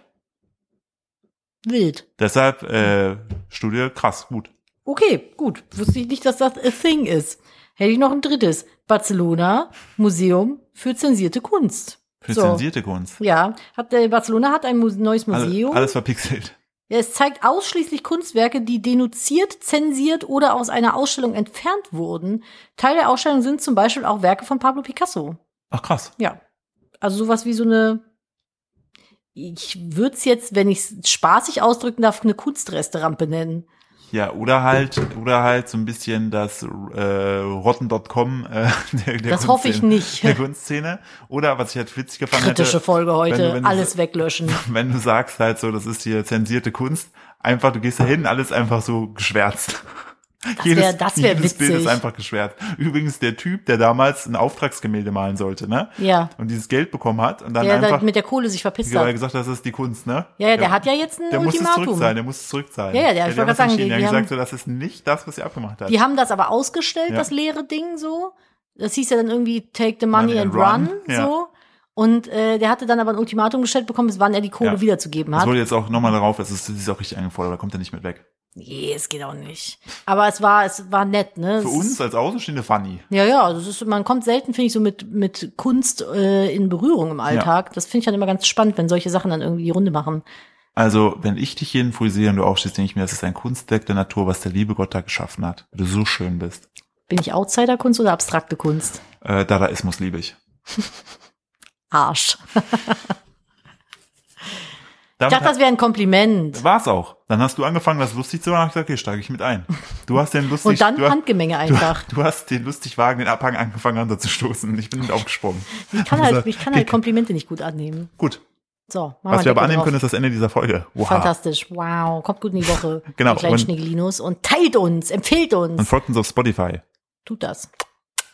Wild. deshalb äh, Studie krass, gut. Okay, gut. Wusste ich nicht, dass das a thing ist. Hätte ich noch ein drittes. Barcelona, Museum für zensierte Kunst. Für So. zensierte Kunst. Ja, hat, äh, Barcelona hat ein Muse neues Alle, Museum. alles verpixelt. Ja, es zeigt ausschließlich Kunstwerke, die denunziert, zensiert oder aus einer Ausstellung entfernt wurden. Teil der Ausstellung sind zum Beispiel auch Werke von Pablo Picasso. Ach krass. Ja. Also sowas wie so eine, ich würde es jetzt, wenn ich es spaßig ausdrücken darf, eine Kunstresterampe nennen. Ja, oder halt, oder halt so ein bisschen das äh, rotten.com äh, der, der das hoffe ich Kunstszene- nicht. Der Kunstszene. Oder was ich halt witzig gefunden Kritische hätte, Folge heute, wenn du- wenn du- alles weglöschen. wenn du sagst halt so, das ist hier zensierte Kunst, einfach, du gehst da hin, alles einfach so geschwärzt. Das wär- das wär jedes Bild ist witzig. einfach geschwärzt. Übrigens der Typ, der damals ein Auftragsgemälde malen sollte, ne? Ja. Und dieses Geld bekommen hat und dann Der da einfach mit der Kohle sich verpisst weil er hat. gesagt hat, das ist die Kunst, ne? Ja, ja, der hat ja jetzt ein der muss es Ultimatum. zurückzahlen, der muss es zurückzahlen. Ja, ja, der- ich wollte hat gerade sagen, entschieden, die die- haben die gesagt, so, haben- das ist nicht das, was ihr abgemacht habt. Die haben das aber ausgestellt, Ja. das leere Ding so. Das hieß ja dann irgendwie Take the Money Money and and Run, Run, ja. so. Und äh, der hatte dann aber ein Ultimatum gestellt bekommen, bis wann er die Kohle Ja. wiederzugeben das hat. wurde jetzt auch nochmal darauf, das ist, das ist auch richtig eingefordert, da kommt er nicht mit weg. Nee, es geht auch nicht. Aber es war, es war nett, ne? Für es, uns als Außenstehende funny. Ja, ja, also es ist, man kommt selten, finde ich, so mit, mit Kunst äh, in Berührung im Alltag. Das finde ich dann immer ganz spannend, wenn solche Sachen dann irgendwie die Runde machen. Also, wenn ich dich jeden Früh sehe und du aufstehst, denke ich mir, das ist ein Kunstwerk der Natur, was der liebe Gott da geschaffen hat, weil du so schön bist. Bin ich Outsider-Kunst oder abstrakte Kunst? Äh, Dadaismus liebe ich. Arsch. Ich Damit dachte, das wäre ein Kompliment. war's auch. Dann hast du angefangen, das lustig zu machen, hab ich gesagt, okay, steige ich mit ein. Du hast den lustig, Und dann du, hast- Handgemenge du, einfach. du hast den lustig Wagen, den Abhang angefangen runterzustoßen und ich bin nicht aufgesprungen. Ich kann halt, ich kann halt Oh Komplimente nicht gut annehmen. Gut. So, machen Was wir aber Deckel annehmen drauf. können, ist das Ende dieser Folge. Wow. Fantastisch. Wow. Kommt gut in die Woche. Genau, Ihr kleinen und- Schneegelinos. Und teilt uns, empfehlt uns. Und folgt uns auf Spotify. Tut das.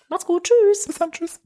Macht's gut. Tschüss. Bis dann, tschüss.